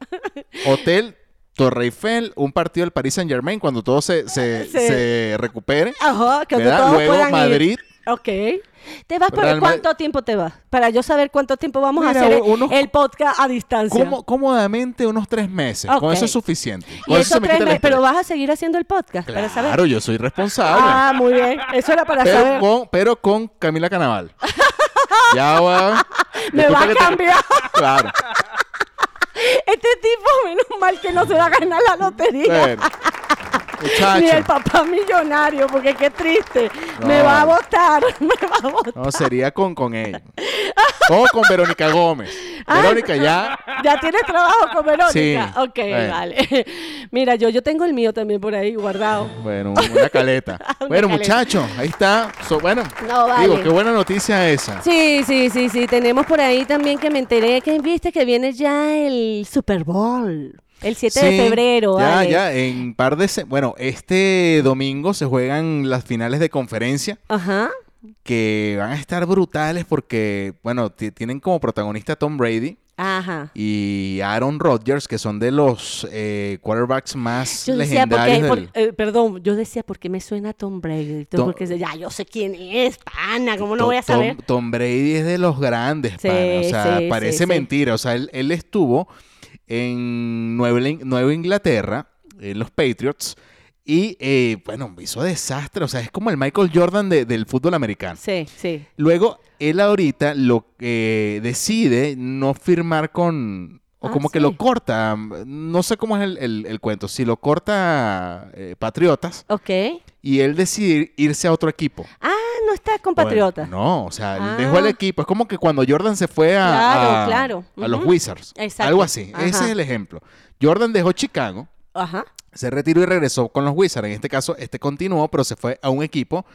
Speaker 2: hotel, Torre Eiffel, un partido del Paris Saint Germain, cuando todo se, se,
Speaker 3: Sí.
Speaker 2: se recupere.
Speaker 3: Ajá, que
Speaker 2: ¿verdad?
Speaker 3: todos
Speaker 2: Luego
Speaker 3: puedan ir.
Speaker 2: Madrid.
Speaker 3: Ok. ¿Te vas por
Speaker 2: Real Madrid.
Speaker 3: cuánto tiempo te vas? Para yo saber cuánto tiempo vamos
Speaker 2: Mira,
Speaker 3: a hacer
Speaker 2: u- unos-
Speaker 3: el podcast a distancia.
Speaker 2: Cómo- cómodamente unos tres meses. Con
Speaker 3: Ok.
Speaker 2: eso es suficiente.
Speaker 3: Y
Speaker 2: Con eso
Speaker 3: eso
Speaker 2: se me quita
Speaker 3: tres
Speaker 2: el
Speaker 3: meses,
Speaker 2: estrés.
Speaker 3: pero vas a seguir haciendo el podcast para saber.
Speaker 2: Claro, yo soy responsable.
Speaker 3: Ah, muy bien. Eso era para
Speaker 2: pero,
Speaker 3: saber.
Speaker 2: con, pero con Camila Canaval. ya va.
Speaker 3: Me
Speaker 2: Disculpa
Speaker 3: va a
Speaker 2: que te-
Speaker 3: cambiar.
Speaker 2: Claro.
Speaker 3: Este tipo, menos mal que no se va a ganar la lotería.
Speaker 2: Bueno. Muchacho.
Speaker 3: Ni el papá millonario, porque qué triste. Me
Speaker 2: No.
Speaker 3: va a votar. Me va a votar.
Speaker 2: No, sería con, con ella. o con Verónica Gómez.
Speaker 3: Ah.
Speaker 2: Verónica ya.
Speaker 3: Ya tienes trabajo con Verónica.
Speaker 2: Sí,
Speaker 3: ok,
Speaker 2: bueno.
Speaker 3: vale. Mira, yo, yo tengo el mío también por ahí guardado.
Speaker 2: Bueno, una caleta.
Speaker 3: Ah, Una
Speaker 2: bueno,
Speaker 3: caleta.
Speaker 2: muchachos, ahí está. So, bueno,
Speaker 3: No, vale.
Speaker 2: digo, qué buena noticia esa.
Speaker 3: Sí, sí, sí, sí. Tenemos por ahí también que me enteré que viste que viene ya el Super Bowl. El 7 de
Speaker 2: Sí,
Speaker 3: febrero.
Speaker 2: Ya,
Speaker 3: vale.
Speaker 2: ya, en par de. se- Bueno, este domingo se juegan las finales de conferencia.
Speaker 3: Ajá.
Speaker 2: que van a estar brutales porque, bueno, ti- tienen como protagonista a Tom Brady
Speaker 3: Ajá.
Speaker 2: y Aaron Rodgers, que son de los eh, quarterbacks más
Speaker 3: Yo decía, porque, eh,
Speaker 2: legendarios del...
Speaker 3: perdón, yo decía, ¿por qué me suena Tom Brady? Tú,
Speaker 2: Tom-
Speaker 3: porque ya yo sé quién es, pana, ¿cómo
Speaker 2: To-
Speaker 3: no voy a
Speaker 2: Tom-
Speaker 3: saber?
Speaker 2: Tom, Brady es de los grandes,
Speaker 3: Sí,
Speaker 2: pana. O sea,
Speaker 3: sí, sí,
Speaker 2: parece
Speaker 3: sí.
Speaker 2: mentira. O sea, él, él estuvo en Nueva, In- Nueva Inglaterra, en los Patriots, y, eh, bueno, hizo desastre. O sea, es como el Michael Jordan de- del fútbol americano.
Speaker 3: Sí, sí.
Speaker 2: Luego, él ahorita lo que decide no firmar con. O
Speaker 3: Ah,
Speaker 2: como que
Speaker 3: sí.
Speaker 2: lo corta. No sé cómo es el, el- el cuento. Si lo corta eh, Patriotas
Speaker 3: Ok.
Speaker 2: y él decide irse a otro equipo.
Speaker 3: Ah, no está compatriota.
Speaker 2: Bueno, no, o sea, él
Speaker 3: Ah.
Speaker 2: dejó el equipo. Es como que cuando Jordan se fue a,
Speaker 3: Claro,
Speaker 2: a-
Speaker 3: claro.
Speaker 2: a los
Speaker 3: Ujú.
Speaker 2: Wizards.
Speaker 3: Exacto.
Speaker 2: Algo así. Ese
Speaker 3: Ajá.
Speaker 2: es el ejemplo. Jordan dejó Chicago,
Speaker 3: Ajá.
Speaker 2: se retiró y regresó con los Wizards. En este caso, este continuó, pero se fue a un equipo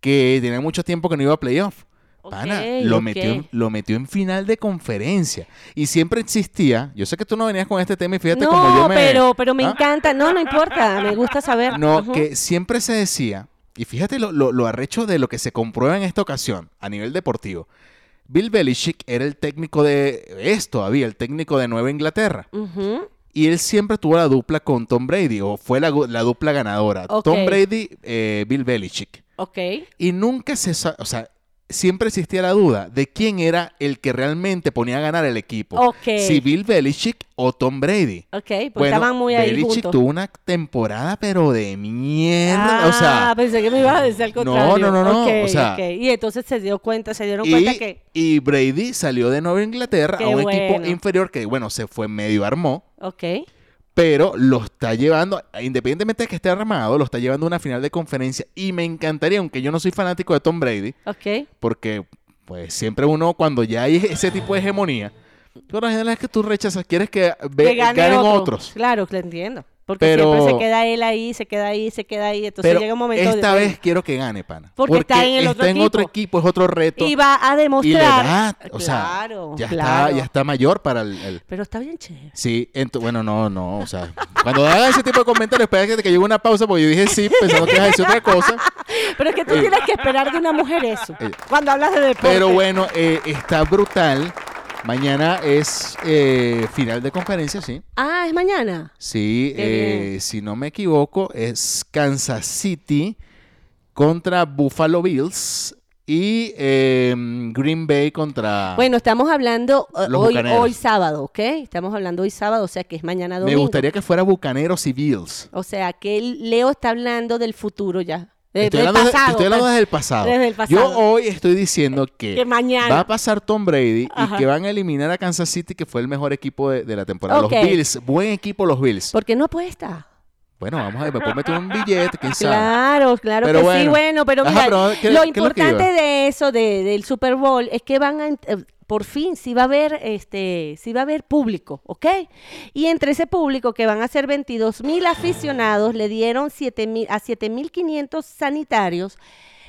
Speaker 2: que tenía mucho tiempo que no iba a playoff. Pana,
Speaker 3: Ok,
Speaker 2: lo,
Speaker 3: ok.
Speaker 2: metió, en- lo metió en final de conferencia. Y siempre existía. Yo sé que tú no venías con este tema y fíjate
Speaker 3: no,
Speaker 2: como yo me.
Speaker 3: pero, pero me
Speaker 2: ¿Ah?
Speaker 3: encanta. No, no importa. Me gusta saber.
Speaker 2: No,
Speaker 3: Ujú.
Speaker 2: que siempre se decía, y fíjate lo, lo- lo arrecho de lo que se comprueba en esta ocasión a nivel deportivo. Bill Belichick era el técnico de. Es todavía el técnico de Nueva Inglaterra.
Speaker 3: Ujú.
Speaker 2: Y él siempre tuvo la dupla con Tom Brady, o fue la, gu- la dupla ganadora.
Speaker 3: Ok.
Speaker 2: Tom Brady, eh, Bill Belichick.
Speaker 3: Ok.
Speaker 2: Y nunca se. sa- O sea, siempre existía la duda de quién era el que realmente ponía a ganar el equipo.
Speaker 3: Ok.
Speaker 2: Si Bill Belichick o Tom Brady.
Speaker 3: Ok, porque pues, estaban muy ahí
Speaker 2: Belichick
Speaker 3: juntos.
Speaker 2: tuvo una temporada, pero de mierda.
Speaker 3: ah,
Speaker 2: o sea,
Speaker 3: pensé que me ibas a decir al
Speaker 2: no,
Speaker 3: contrario.
Speaker 2: no, no, no,
Speaker 3: Ok,
Speaker 2: o sea-
Speaker 3: ok. Y entonces se dio cuenta, se dieron cuenta
Speaker 2: y,
Speaker 3: que...
Speaker 2: y Brady salió de Nueva Inglaterra
Speaker 3: Qué
Speaker 2: a un equipo
Speaker 3: bueno.
Speaker 2: inferior que, bueno, se fue medio armó,
Speaker 3: Ok.
Speaker 2: pero lo está llevando, independientemente de que esté armado, lo está llevando a una final de conferencia. Y me encantaría, aunque yo no soy fanático de Tom Brady,
Speaker 3: Ok.
Speaker 2: porque pues siempre uno, cuando ya hay ese tipo de hegemonía, tú las general es que tú rechazas, quieres que ve-
Speaker 3: Que gane
Speaker 2: ganen
Speaker 3: otro.
Speaker 2: otros.
Speaker 3: Claro, lo entiendo. Porque
Speaker 2: Pero-
Speaker 3: siempre se queda él ahí, se queda ahí, se queda ahí. Entonces
Speaker 2: Pero
Speaker 3: llega un momento... de-
Speaker 2: esta vez quiero que gane, pana.
Speaker 3: Porque está en el otro
Speaker 2: está en otro equipo, es otro reto.
Speaker 3: Y va a
Speaker 2: Y la
Speaker 3: demostrar...
Speaker 2: edad, o
Speaker 3: claro,
Speaker 2: sea, ya,
Speaker 3: claro.
Speaker 2: Está, ya está mayor para el... el-
Speaker 3: Pero está bien chévere.
Speaker 2: Sí, ento- bueno, no, no, o sea, cuando haga ese tipo de comentarios, espera que, que llegue una pausa, porque yo dije sí, pensando que ibas a decir otra cosa.
Speaker 3: Pero es que tú
Speaker 2: Eh.
Speaker 3: tienes que esperar de una mujer eso.
Speaker 2: Eh.
Speaker 3: Cuando hablas de deporte.
Speaker 2: Pero bueno, eh, está brutal. Mañana es eh, final de conferencia, sí.
Speaker 3: Ah, es mañana.
Speaker 2: Sí,
Speaker 3: Qué
Speaker 2: eh, si no me equivoco, es Kansas City contra Buffalo Bills y eh, Green Bay contra...
Speaker 3: Bueno, estamos hablando eh,
Speaker 2: Ah. Los
Speaker 3: hoy,
Speaker 2: Bucaneros.
Speaker 3: hoy sábado, ¿ok? Estamos hablando hoy sábado, o sea que es mañana
Speaker 2: me
Speaker 3: domingo.
Speaker 2: gustaría que fuera Bucaneros y Bills.
Speaker 3: O sea que el- Leo está hablando del futuro ya. de-
Speaker 2: estoy,
Speaker 3: del
Speaker 2: hablando de-
Speaker 3: pasado,
Speaker 2: estoy hablando
Speaker 3: pues.
Speaker 2: desde el pasado.
Speaker 3: Desde el pasado.
Speaker 2: Yo hoy estoy diciendo que,
Speaker 3: Que mañana.
Speaker 2: va a pasar Tom Brady
Speaker 3: Ajá.
Speaker 2: y que van a eliminar a Kansas City, que fue el mejor equipo de, de la temporada.
Speaker 3: Ok.
Speaker 2: Los Bills, buen equipo los Bills.
Speaker 3: ¿Por qué no apuesta?
Speaker 2: Bueno, vamos a ver, me puedo meter un billete, quién sabe.
Speaker 3: Claro, claro
Speaker 2: Pero
Speaker 3: que sí,
Speaker 2: bueno.
Speaker 3: bueno, pero
Speaker 2: Ajá,
Speaker 3: mira,
Speaker 2: pero ¿qué-
Speaker 3: lo
Speaker 2: qué es lo que iba?
Speaker 3: importante de eso, de- del Super Bowl, es que van a, ent- eh, por fin, sí va a haber, este, sí va a haber público, ¿ok? Y entre ese público, que van a ser 22 mil aficionados, le dieron 7 mil, a 7.500 sanitarios,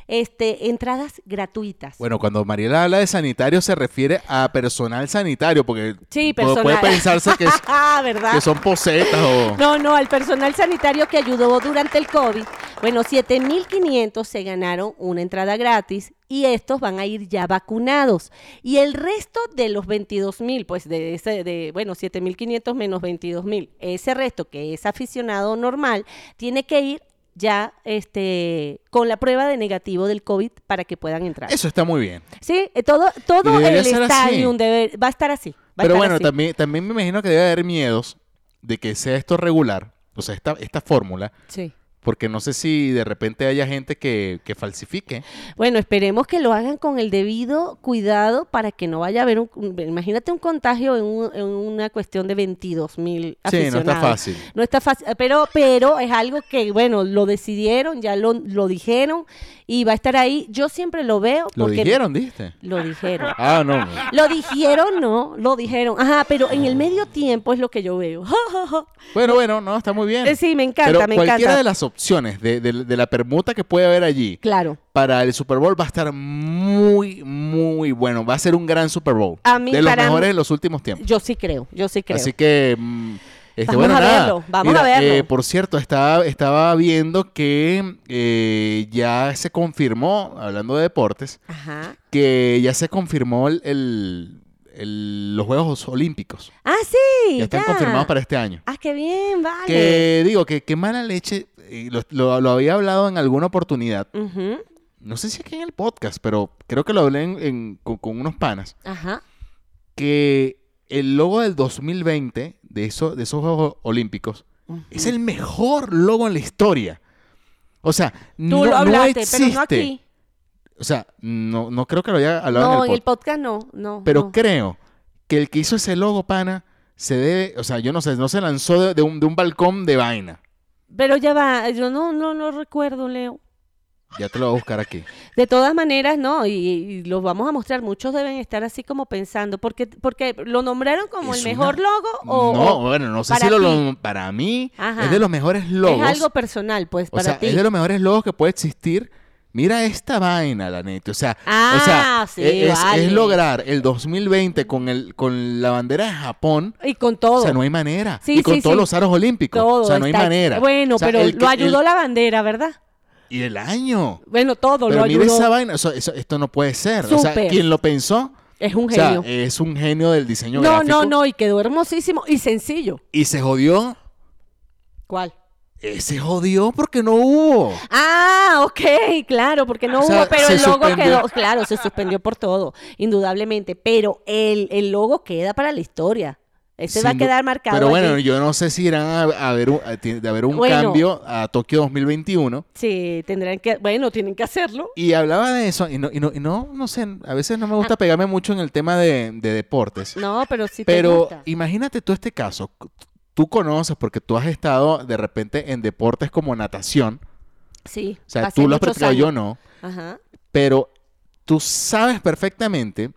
Speaker 3: este, entradas gratuitas.
Speaker 2: Bueno, cuando Mariela habla de sanitario se refiere a personal sanitario, porque
Speaker 3: sí,
Speaker 2: pu-
Speaker 3: personal.
Speaker 2: puede pensarse que, es-
Speaker 3: ah, ¿verdad?
Speaker 2: que son posetas o...
Speaker 3: No, no, al personal sanitario que ayudó durante el COVID. Bueno, 7.500 se ganaron una entrada gratis y estos van a ir ya vacunados. Y el resto de los 22.000, pues de ese, de, bueno, 7.500 menos 22.000, ese resto que es aficionado normal, tiene que ir ya este con la prueba de negativo del COVID para que puedan entrar.
Speaker 2: Eso está muy bien.
Speaker 3: Sí, eh, todo, todo
Speaker 2: Y
Speaker 3: el
Speaker 2: debería ser así.
Speaker 3: estadio debe- va a estar así. va a
Speaker 2: Pero
Speaker 3: estar
Speaker 2: bueno,
Speaker 3: así.
Speaker 2: también, también me imagino que debe haber miedos de que sea esto regular, o sea, esta, esta fórmula,
Speaker 3: Sí.
Speaker 2: porque no sé si de repente haya gente que, que falsifique.
Speaker 3: Bueno, esperemos que lo hagan con el debido cuidado para que no vaya a haber un... un- Imagínate un contagio en, un- en una cuestión de 22 mil
Speaker 2: Sí, no está fácil.
Speaker 3: No está fácil, pero, pero es algo que, bueno, lo decidieron, ya lo, lo dijeron y va a estar ahí. Yo siempre lo veo
Speaker 2: Lo
Speaker 3: porque...
Speaker 2: dijeron, dijiste.
Speaker 3: Lo dijeron.
Speaker 2: Ah, no. no.
Speaker 3: Lo dijeron, no, lo dijeron. Ajá, pero en el medio tiempo es lo que yo veo.
Speaker 2: Bueno, bueno, no, está muy bien.
Speaker 3: Eh, sí, me encanta,
Speaker 2: Pero
Speaker 3: me
Speaker 2: cualquiera
Speaker 3: encanta.
Speaker 2: de las opciones de, de- de la permuta que puede haber allí
Speaker 3: claro.
Speaker 2: para el Super Bowl va a estar muy, muy bueno. Va a ser un gran Super Bowl.
Speaker 3: A mí,
Speaker 2: de los
Speaker 3: para mí-
Speaker 2: mejores de los últimos tiempos.
Speaker 3: Yo sí creo, yo sí creo.
Speaker 2: Así que, mm, este,
Speaker 3: Vamos
Speaker 2: bueno,
Speaker 3: a
Speaker 2: nada.
Speaker 3: verlo, vamos
Speaker 2: Mira,
Speaker 3: a verlo.
Speaker 2: eh, por cierto, estaba, estaba viendo que eh, ya se confirmó, hablando de deportes,
Speaker 3: Ajá.
Speaker 2: que ya se confirmó el- el- el- los Juegos Olímpicos.
Speaker 3: Ah, sí.
Speaker 2: Ya están confirmados para este año.
Speaker 3: Ah, qué bien, vale.
Speaker 2: Que digo, que qué mala leche. eh, Lo, lo- lo había hablado en alguna oportunidad.
Speaker 3: Ujú,
Speaker 2: No sé si aquí en el podcast, pero creo que lo hablé en- en- con, con unos panas.
Speaker 3: Ajá.
Speaker 2: Que el logo del 2020 de, eso, de esos Juegos Olímpicos es el mejor logo en la historia. O sea,
Speaker 3: Tú
Speaker 2: no,
Speaker 3: lo
Speaker 2: no
Speaker 3: hablaste,
Speaker 2: existe.
Speaker 3: pero no aquí.
Speaker 2: O sea, no, no creo que lo haya hablado
Speaker 3: No,
Speaker 2: en el podcast.
Speaker 3: podcast no, no.
Speaker 2: Pero
Speaker 3: no.
Speaker 2: creo que el que hizo ese logo, pana, se debe. O sea, yo no sé, no se lanzó de- de un- de un balcón de vaina.
Speaker 3: Pero ya va, yo no, no, no recuerdo, Leo.
Speaker 2: Ya te lo voy a buscar aquí.
Speaker 3: De todas maneras, no, y, y los vamos a mostrar. Muchos deben estar así como pensando, porque, porque lo nombraron como
Speaker 2: Es
Speaker 3: el mejor
Speaker 2: una-
Speaker 3: logo o,
Speaker 2: no,
Speaker 3: o
Speaker 2: bueno, no sé
Speaker 3: para
Speaker 2: si lo,
Speaker 3: ti.
Speaker 2: lo- para mí
Speaker 3: Ajá.
Speaker 2: es de los mejores logos.
Speaker 3: es algo personal, pues,
Speaker 2: o
Speaker 3: para
Speaker 2: sea,
Speaker 3: ti.
Speaker 2: es de los mejores logos que puede existir Mira esta vaina, la neta. O sea,
Speaker 3: Ah,
Speaker 2: o sea, e-,
Speaker 3: sí,
Speaker 2: es, es
Speaker 3: vale.
Speaker 2: lograr el 2020 con, el, con la bandera de Japón.
Speaker 3: Y con todo.
Speaker 2: O sea, no hay manera.
Speaker 3: Sí,
Speaker 2: y con
Speaker 3: sí,
Speaker 2: todos
Speaker 3: sí.
Speaker 2: los aros olímpicos.
Speaker 3: todo
Speaker 2: o sea, no hay
Speaker 3: está-
Speaker 2: manera.
Speaker 3: Bueno,
Speaker 2: O sea,
Speaker 3: pero
Speaker 2: el que-
Speaker 3: lo ayudó
Speaker 2: el-
Speaker 3: la bandera, ¿verdad?
Speaker 2: Y el año.
Speaker 3: Bueno, todo lo
Speaker 2: Pero mira
Speaker 3: ayudó.
Speaker 2: esa vaina. eso- eso- esto no puede ser. O sea,
Speaker 3: Súper.
Speaker 2: quien lo pensó
Speaker 3: Es un
Speaker 2: o sea,
Speaker 3: genio.
Speaker 2: es un genio del diseño
Speaker 3: no,
Speaker 2: gráfico.
Speaker 3: no, no, y quedó hermosísimo y sencillo.
Speaker 2: Y se jodió.
Speaker 3: ¿Cuál?
Speaker 2: eh, se jodió porque no hubo.
Speaker 3: Ah, ok, claro, porque no
Speaker 2: O sea,
Speaker 3: hubo, pero
Speaker 2: se
Speaker 3: el logo
Speaker 2: suspendió.
Speaker 3: quedó, claro, se suspendió por todo, indudablemente, pero el, el logo queda para la historia. Ese va a
Speaker 2: Sin du-
Speaker 3: quedar marcado.
Speaker 2: Pero bueno,
Speaker 3: allí.
Speaker 2: yo no sé si irán a, a ver un, a ti- de haber un
Speaker 3: Bueno.
Speaker 2: cambio a Tokio 2021.
Speaker 3: Sí, tendrán que, bueno, tienen que hacerlo.
Speaker 2: Y hablaba de eso, y no, y no, y no, no sé, a veces no me gusta pegarme mucho en el tema de, de deportes.
Speaker 3: No, pero Ah. sí te
Speaker 2: Pero
Speaker 3: gusta.
Speaker 2: imagínate tú este caso. Tú conoces, porque tú has estado de repente en deportes como natación.
Speaker 3: Sí.
Speaker 2: O sea,
Speaker 3: hace
Speaker 2: tú lo has
Speaker 3: muchos
Speaker 2: practicado, yo
Speaker 3: años.
Speaker 2: no.
Speaker 3: Ajá.
Speaker 2: Pero tú sabes perfectamente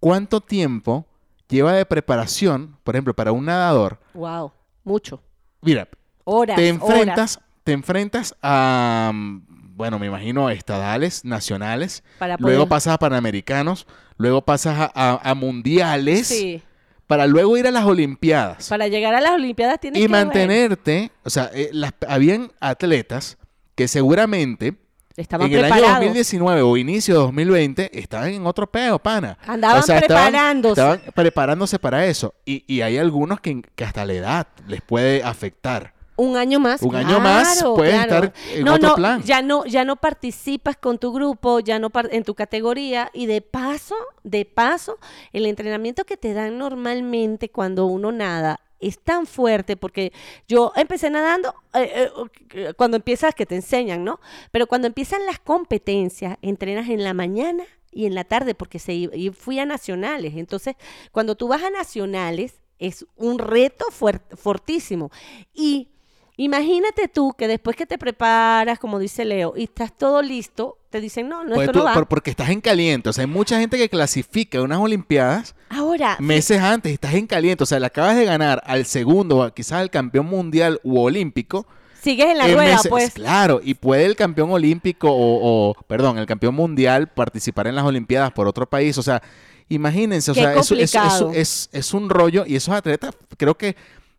Speaker 2: cuánto tiempo lleva de preparación, por ejemplo, para un nadador.
Speaker 3: Wow, mucho.
Speaker 2: Mira,
Speaker 3: Horas.
Speaker 2: te
Speaker 3: horas
Speaker 2: enfrentas, te enfrentas a, mm, bueno, me imagino estadales, nacionales,
Speaker 3: para
Speaker 2: luego
Speaker 3: poder-
Speaker 2: pasas a panamericanos, luego pasas a, a- a mundiales,
Speaker 3: Sí.
Speaker 2: para luego ir a las olimpiadas
Speaker 3: Para llegar a las Olimpiadas tienes
Speaker 2: y
Speaker 3: que bueno,
Speaker 2: mantenerte, o sea, eh, las- habían atletas que seguramente
Speaker 3: Estaban
Speaker 2: en el
Speaker 3: preparados.
Speaker 2: año 2019 o inicio de 2020 estaban en otro peo, pana.
Speaker 3: Andaban
Speaker 2: estaban-
Speaker 3: preparándose.
Speaker 2: Estaban, preparándose para eso. Y, y hay algunos que, que hasta la edad les puede afectar.
Speaker 3: Un año más.
Speaker 2: Un año más
Speaker 3: claro,
Speaker 2: puedes
Speaker 3: claro.
Speaker 2: estar en
Speaker 3: no,
Speaker 2: otro
Speaker 3: no,
Speaker 2: plan.
Speaker 3: Ya no, ya no participas con tu grupo, ya no par- en tu categoría y de paso, de paso, el entrenamiento que te dan normalmente cuando uno nada es tan fuerte porque yo empecé nadando eh, eh, cuando empiezas que te enseñan, ¿no? Pero cuando empiezan las competencias, entrenas en la mañana y en la tarde porque se, i- y fui a nacionales. Entonces, cuando tú vas a nacionales es un reto fuert- fortísimo y Imagínate tú que después que te preparas, como dice Leo, y estás todo listo, te dicen, no, no,
Speaker 2: Porque Pues
Speaker 3: esto
Speaker 2: tú-
Speaker 3: no va.
Speaker 2: por- porque estás en caliente. O sea, hay mucha gente que clasifica unas Olimpiadas
Speaker 3: Ahora,
Speaker 2: meses antes. Estás en caliente. O sea, le acabas de ganar al segundo, o quizás al campeón mundial u olímpico.
Speaker 3: sigues en la
Speaker 2: en
Speaker 3: rueda,
Speaker 2: meses-
Speaker 3: pues.
Speaker 2: Claro, y puede el campeón olímpico o, o, perdón, el campeón mundial participar en las Olimpiadas por otro país. O sea, imagínense, o
Speaker 3: Qué
Speaker 2: sea, eso- eso- eso-
Speaker 3: complicado.
Speaker 2: es, es un rollo y esos atletas creo que,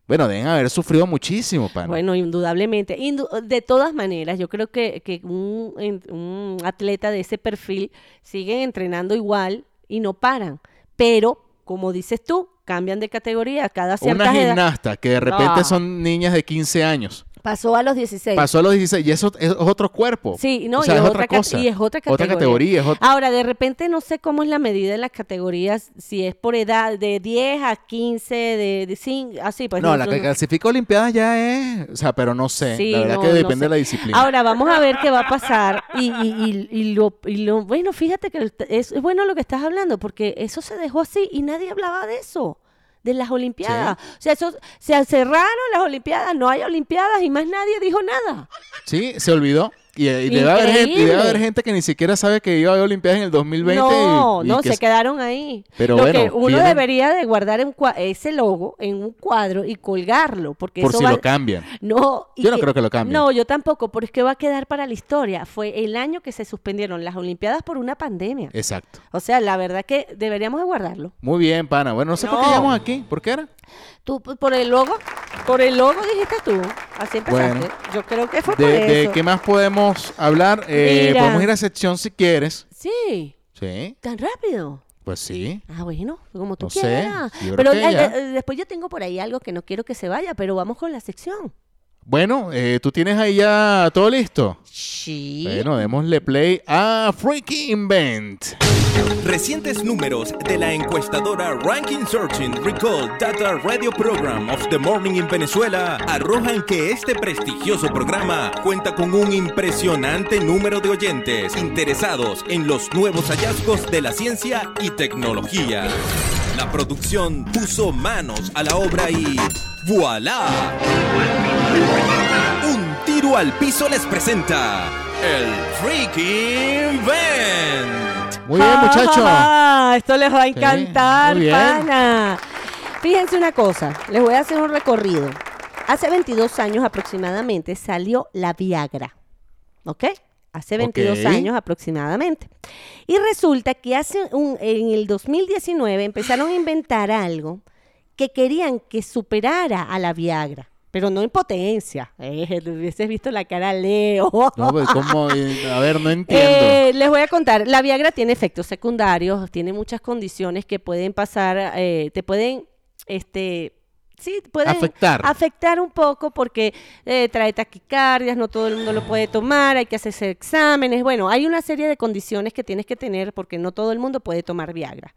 Speaker 2: bueno, deben haber sufrido muchísimo, pana.
Speaker 3: Bueno, indudablemente. Indu- de todas maneras, yo creo que, que un, en- un atleta de ese perfil sigue entrenando igual y no paran. Pero, como dices tú, cambian de categoría cada
Speaker 2: Una
Speaker 3: cierta edad.
Speaker 2: gimnasta que de repente
Speaker 3: No.
Speaker 2: son niñas de 15 años.
Speaker 3: Pasó a los 16.
Speaker 2: Pasó a los 16 y eso es otro cuerpo.
Speaker 3: Sí, no,
Speaker 2: O sea,
Speaker 3: y,
Speaker 2: es
Speaker 3: es
Speaker 2: otra
Speaker 3: otra cate-
Speaker 2: cosa.
Speaker 3: y es otra
Speaker 2: Otra
Speaker 3: categoría. Ah,
Speaker 2: categoría, es ot-
Speaker 3: Ahora, de repente no sé cómo es la medida de las categorías, si es por edad, de 10 a 15, de, de 5, así, pues.
Speaker 2: no, la
Speaker 3: nosotros
Speaker 2: que clasifica Olimpiadas ya es, o sea, pero no sé.
Speaker 3: Sí,
Speaker 2: la verdad
Speaker 3: no,
Speaker 2: que
Speaker 3: no
Speaker 2: depende
Speaker 3: sé.
Speaker 2: de la disciplina.
Speaker 3: Ahora vamos a ver qué va a pasar. Y, y- y- y lo, y lo- bueno, fíjate que el- es, es bueno lo que estás hablando, porque eso se dejó así y nadie hablaba de eso, de las Olimpiadas. O sea, eso, se cerraron las Olimpiadas, no hay Olimpiadas y más nadie dijo nada.
Speaker 2: Sí, se olvidó. Y, y debe, haber gente, y debe haber gente que ni siquiera sabe que iba a haber Olimpiadas en el 2020.
Speaker 3: No,
Speaker 2: y- y
Speaker 3: no,
Speaker 2: que
Speaker 3: se quedaron ahí.
Speaker 2: Pero
Speaker 3: Lo
Speaker 2: bueno,
Speaker 3: que uno
Speaker 2: tienen-
Speaker 3: debería de guardar en cua- ese logo en un cuadro y colgarlo, porque
Speaker 2: Por
Speaker 3: eso
Speaker 2: si
Speaker 3: va...
Speaker 2: lo cambian.
Speaker 3: No, y
Speaker 2: Yo no creo que lo cambien.
Speaker 3: No, yo tampoco, pero es que va a quedar para la historia. Fue el año que se suspendieron las Olimpiadas por una pandemia.
Speaker 2: Exacto.
Speaker 3: O sea, la verdad que deberíamos de guardarlo.
Speaker 2: Muy bien, pana. Bueno, no sé por qué
Speaker 3: No.
Speaker 2: llegamos aquí. ¿Por qué era?
Speaker 3: Tú p- por el logo, por el logo dijiste tú. Así empezaste.
Speaker 2: Bueno.
Speaker 3: yo creo que fue
Speaker 2: De,
Speaker 3: por
Speaker 2: de
Speaker 3: eso.
Speaker 2: qué más podemos hablar? Eh,
Speaker 3: Mira.
Speaker 2: podemos ir a sección si quieres.
Speaker 3: Sí,
Speaker 2: Sí,
Speaker 3: tan rápido.
Speaker 2: pues sí.
Speaker 3: Ah, bueno, como tú
Speaker 2: No sé,
Speaker 3: quieras.
Speaker 2: yo creo
Speaker 3: pero
Speaker 2: que
Speaker 3: eh,
Speaker 2: ya.
Speaker 3: eh, después yo tengo por ahí algo que no quiero que se vaya, pero vamos con la sección.
Speaker 2: Bueno, eh, tú tienes ahí ya todo listo.
Speaker 3: Sí.
Speaker 2: Bueno, démosle play a Freaky Invent.
Speaker 1: Recientes números de la encuestadora Ranking Searching Recall Data Radio Program of the Morning in Venezuela arrojan que este prestigioso programa cuenta con un impresionante número de oyentes interesados en los nuevos hallazgos de la ciencia y tecnología. La producción puso manos a la obra y ¡voilà! Un tiro al piso les presenta el Freaking Vent.
Speaker 2: Muy bien,
Speaker 3: Ja,
Speaker 2: muchachos.
Speaker 3: ja, ja. Esto les va a encantar,
Speaker 2: muy bien.
Speaker 3: pana. Fíjense una cosa, les voy a hacer un recorrido. Hace 22 años aproximadamente salió la Viagra, ¿ok? hace 22
Speaker 2: Ok.
Speaker 3: años aproximadamente. Y resulta que hace un- en el 2019 empezaron a inventar algo que querían que superara a la Viagra, pero no en potencia. Eh, le hubieses visto la cara a Leo.
Speaker 2: No, pues, ¿cómo? Eh, A ver, no entiendo.
Speaker 3: Eh, les voy a contar, la Viagra tiene efectos secundarios, tiene muchas condiciones que pueden pasar, eh, te pueden, este, sí, pueden
Speaker 2: Afectar.
Speaker 3: afectar un poco porque eh, trae taquicardias, no todo el mundo lo puede tomar, hay que hacerse exámenes, bueno, hay una serie de condiciones que tienes que tener porque no todo el mundo puede tomar Viagra.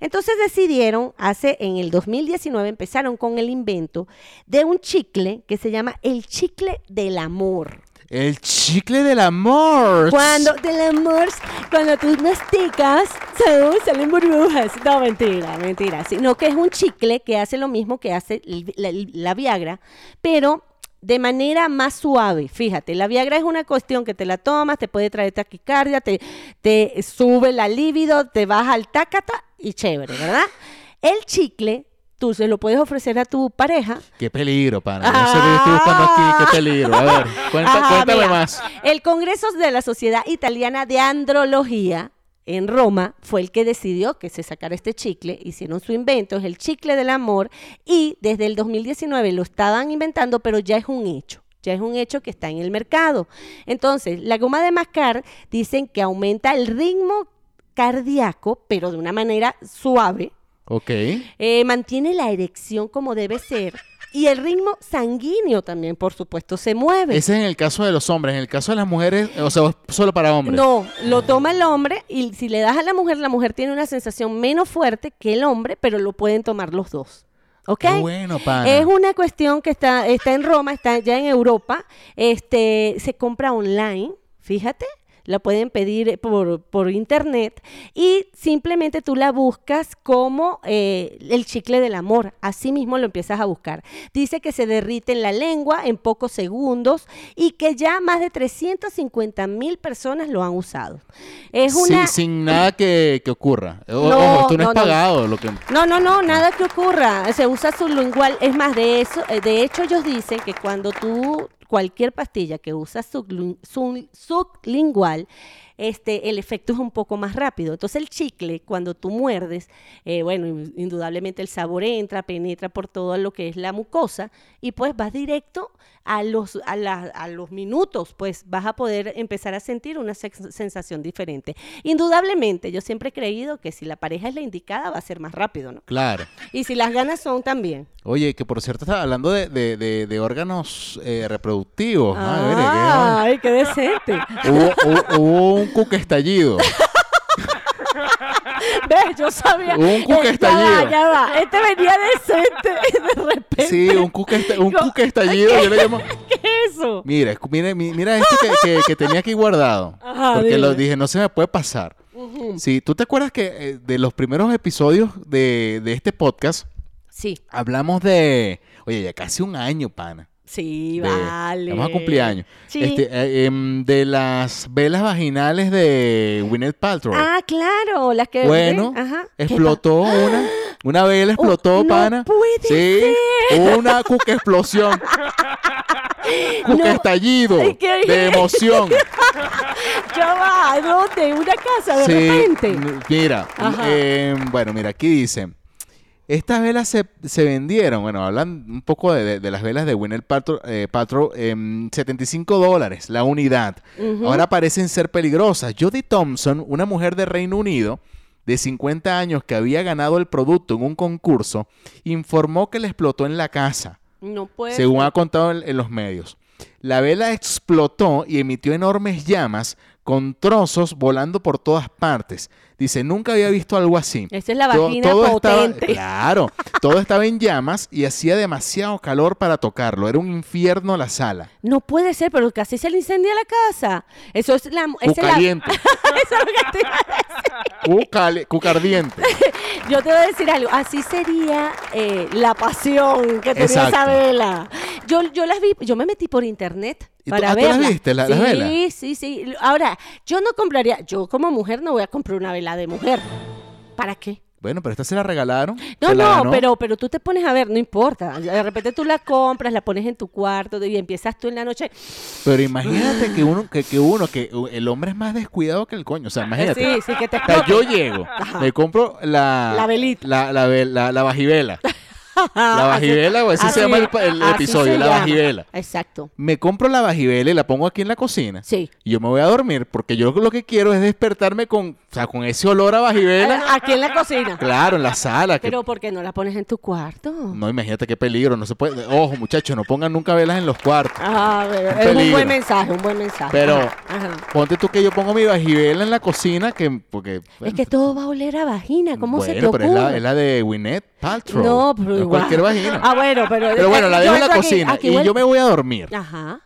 Speaker 3: Entonces decidieron, hace en el 2019 empezaron con el invento de un chicle que se llama el chicle del amor.
Speaker 2: El chicle del amor.
Speaker 3: Cuando del amor, cuando tú masticas, salen, salen burbujas. No, mentira, mentira. Sino que es un chicle que hace lo mismo que hace el- la, la Viagra, pero de manera más suave. Fíjate, la Viagra es una cuestión que te la tomas, te puede traer taquicardia, te, te sube la libido, te baja el tácata y chévere, ¿verdad? El chicle, tú se lo puedes ofrecer a tu pareja
Speaker 2: Qué peligro, pana. No sé qué estoy buscando aquí. Qué peligro. A ver, cuenta-
Speaker 3: Ah. Ajá,
Speaker 2: cuéntame
Speaker 3: mira,
Speaker 2: más.
Speaker 3: El Congreso de la Sociedad Italiana de Andrología en Roma fue el que decidió que se sacara este chicle, hicieron su invento, es el chicle del amor y desde el 2019 lo estaban inventando, pero ya es un hecho. Ya es un hecho que está en el mercado. Entonces, la goma de mascar dicen que aumenta el ritmo cardíaco, pero de una manera suave,
Speaker 2: Ok.
Speaker 3: eh, mantiene la erección como debe ser y el ritmo sanguíneo también, por supuesto, se mueve.
Speaker 2: Ese es en el caso de los hombres. En el caso de las mujeres, o sea, es solo para hombres.
Speaker 3: No, lo toma el hombre y si le das a la mujer, la mujer tiene una sensación menos fuerte que el hombre, pero lo pueden tomar los dos. ¿Ok?
Speaker 2: Qué Ah, bueno, pana.
Speaker 3: Es una cuestión que está, está en Roma, está ya en Europa. Este, se compra online, fíjate. La pueden pedir por, por internet y simplemente tú la buscas como eh, el chicle del amor. Así mismo lo empiezas a buscar. Dice que se derrite en la lengua en pocos segundos y que ya más de 350 mil personas lo han usado. Es
Speaker 2: Sí,
Speaker 3: una,
Speaker 2: sin nada que, que ocurra. O-
Speaker 3: No,
Speaker 2: ojo, esto no,
Speaker 3: no,
Speaker 2: es
Speaker 3: no.
Speaker 2: pagado. Lo que...
Speaker 3: no, no, no, nada que ocurra. Se usa sublingual. Es más, de eso, eh, de hecho, ellos dicen que cuando tú, cualquier pastilla que usas sublin- sun- sublingual, este, el efecto es un poco más rápido. Entonces el chicle, cuando tú muerdes, eh, bueno, in- indudablemente el sabor entra, penetra por todo lo que es la mucosa y pues vas directo a los, a la- a los minutos, pues vas a poder empezar a sentir una sex- sensación diferente. Indudablemente, yo siempre he creído que si la pareja es la indicada va a ser más rápido, ¿no?
Speaker 2: Claro.
Speaker 3: Y si las ganas son también.
Speaker 2: Oye, que por cierto, estaba hablando de, de- de- de órganos eh, reproductivos. Ah, mire, qué-
Speaker 3: Ay, qué decente.
Speaker 2: Hubo, hubo- hubo un cuque estallido.
Speaker 3: ¿Ves? Yo sabía.
Speaker 2: Un cuca
Speaker 3: Eh, ya va,
Speaker 2: estallido.
Speaker 3: ya va. Este venía decente y de repente.
Speaker 2: Sí, un cuque, est- un
Speaker 3: Yo-
Speaker 2: cuque estallido. Yo le llamo.
Speaker 3: ¿Qué es eso?
Speaker 2: Mira, escu- mira, mi- mira esto que, que- que tenía aquí guardado.
Speaker 3: Ajá,
Speaker 2: porque lo
Speaker 3: dime.
Speaker 2: dije, no se me puede pasar. Sí, ¿tú te acuerdas que eh, de los primeros episodios de, de este podcast
Speaker 3: Sí,
Speaker 2: hablamos de. Oye, ya casi un año, pana.
Speaker 3: sí,
Speaker 2: de-
Speaker 3: vale.
Speaker 2: Vamos a cumplir años.
Speaker 3: Sí.
Speaker 2: Este, eh, em, de las velas vaginales de Gwyneth Paltrow.
Speaker 3: Ah, claro, las que.
Speaker 2: Bueno,
Speaker 3: ¿ven? Ajá. ¿Qué
Speaker 2: explotó una. Una vela explotó,
Speaker 3: no
Speaker 2: pana.
Speaker 3: puede
Speaker 2: sí,
Speaker 3: ser.
Speaker 2: una cuca explosión. cuca
Speaker 3: No.
Speaker 2: estallido
Speaker 3: Ay, qué
Speaker 2: de
Speaker 3: bien.
Speaker 2: emoción.
Speaker 3: pa- Ya va, ¿dónde? ¿Una casa de
Speaker 2: Sí,
Speaker 3: repente?
Speaker 2: m- mira,
Speaker 3: Ajá.
Speaker 2: eh, bueno, mira, aquí dice. Estas velas se, se vendieron, bueno, hablan un poco de, de- de las velas de Winner Paltrow, eh, Paltrow, em, 75 dólares la unidad. Ahora parecen ser peligrosas. Jodie Thompson, una mujer de Reino Unido de 50 años que había ganado el producto en un concurso, informó que le explotó en la casa
Speaker 3: No puede.
Speaker 2: según ha contado en, en los medios. La vela explotó y emitió enormes llamas con trozos volando por todas partes. Dice, nunca había visto algo así.
Speaker 3: Esa es la
Speaker 2: To-
Speaker 3: vagina
Speaker 2: estaba-
Speaker 3: potente.
Speaker 2: claro, todo estaba en llamas y hacía demasiado calor para tocarlo. Era un infierno la sala.
Speaker 3: No puede ser, pero casi se le incendia la casa. Eso es la. esa es la-
Speaker 2: Cucaliente.
Speaker 3: Eso es lo que te iba a decir.
Speaker 2: Cucale- Cucardiente.
Speaker 3: Yo te voy a decir algo, así sería eh, la pasión que tenía
Speaker 2: Exacto.
Speaker 3: esa vela. Yo, yo las vi, yo me metí por internet
Speaker 2: ¿Y tú-
Speaker 3: para
Speaker 2: ah, tú las
Speaker 3: verlas.
Speaker 2: viste, la-
Speaker 3: sí,
Speaker 2: las velas?
Speaker 3: sí, sí. Ahora, yo no compraría, yo como mujer no voy a comprar una vela de mujer. ¿Para qué?
Speaker 2: Bueno, pero esta se la regalaron.
Speaker 3: No,
Speaker 2: se la
Speaker 3: no,
Speaker 2: ganó.
Speaker 3: pero, pero tú te pones a ver, no importa. De repente tú la compras, la pones en tu cuarto y empiezas tú en la noche.
Speaker 2: Pero imagínate que uno, que, que uno, que el hombre es más descuidado que el coño. O sea, imagínate.
Speaker 3: Sí, sí, que te
Speaker 2: O sea,
Speaker 3: explote.
Speaker 2: yo llego, me compro la...
Speaker 3: La velita.
Speaker 2: La, la, ve- la- la bajivela. La bajivela, o ese
Speaker 3: Así-
Speaker 2: se llama el, pa- el
Speaker 3: así
Speaker 2: episodio,
Speaker 3: se
Speaker 2: la
Speaker 3: llama.
Speaker 2: bajivela.
Speaker 3: Exacto.
Speaker 2: Me compro la bajivela y la pongo aquí en la cocina.
Speaker 3: Sí.
Speaker 2: Y yo me voy a dormir porque yo lo que quiero es despertarme con, o sea, con ese olor a bajivela.
Speaker 3: Aquí en la cocina.
Speaker 2: Claro, en la sala. que- Mm.
Speaker 3: Pero ¿por qué no la pones en tu cuarto?
Speaker 2: No, imagínate qué peligro. No se puede. Ojo, muchachos, no pongan nunca velas en los cuartos.
Speaker 3: Ah, pero es un
Speaker 2: peligro.
Speaker 3: buen mensaje, un buen mensaje.
Speaker 2: Pero
Speaker 3: Ajá, ajá.
Speaker 2: ponte tú que yo pongo mi bajivela en la cocina, que porque
Speaker 3: Es que todo va a oler a vagina. ¿Cómo se te
Speaker 2: Bueno,
Speaker 3: ocurre?
Speaker 2: pero es la, es la de Winnet Paltrow.
Speaker 3: No, pero
Speaker 2: es
Speaker 3: igual.
Speaker 2: cualquier vagina.
Speaker 3: Ah, bueno, pero.
Speaker 2: pero bueno, la
Speaker 3: yo
Speaker 2: dejo en la
Speaker 3: entro aquí-
Speaker 2: cocina
Speaker 3: aquí
Speaker 2: y
Speaker 3: huele-
Speaker 2: yo me voy a dormir.
Speaker 3: Ajá.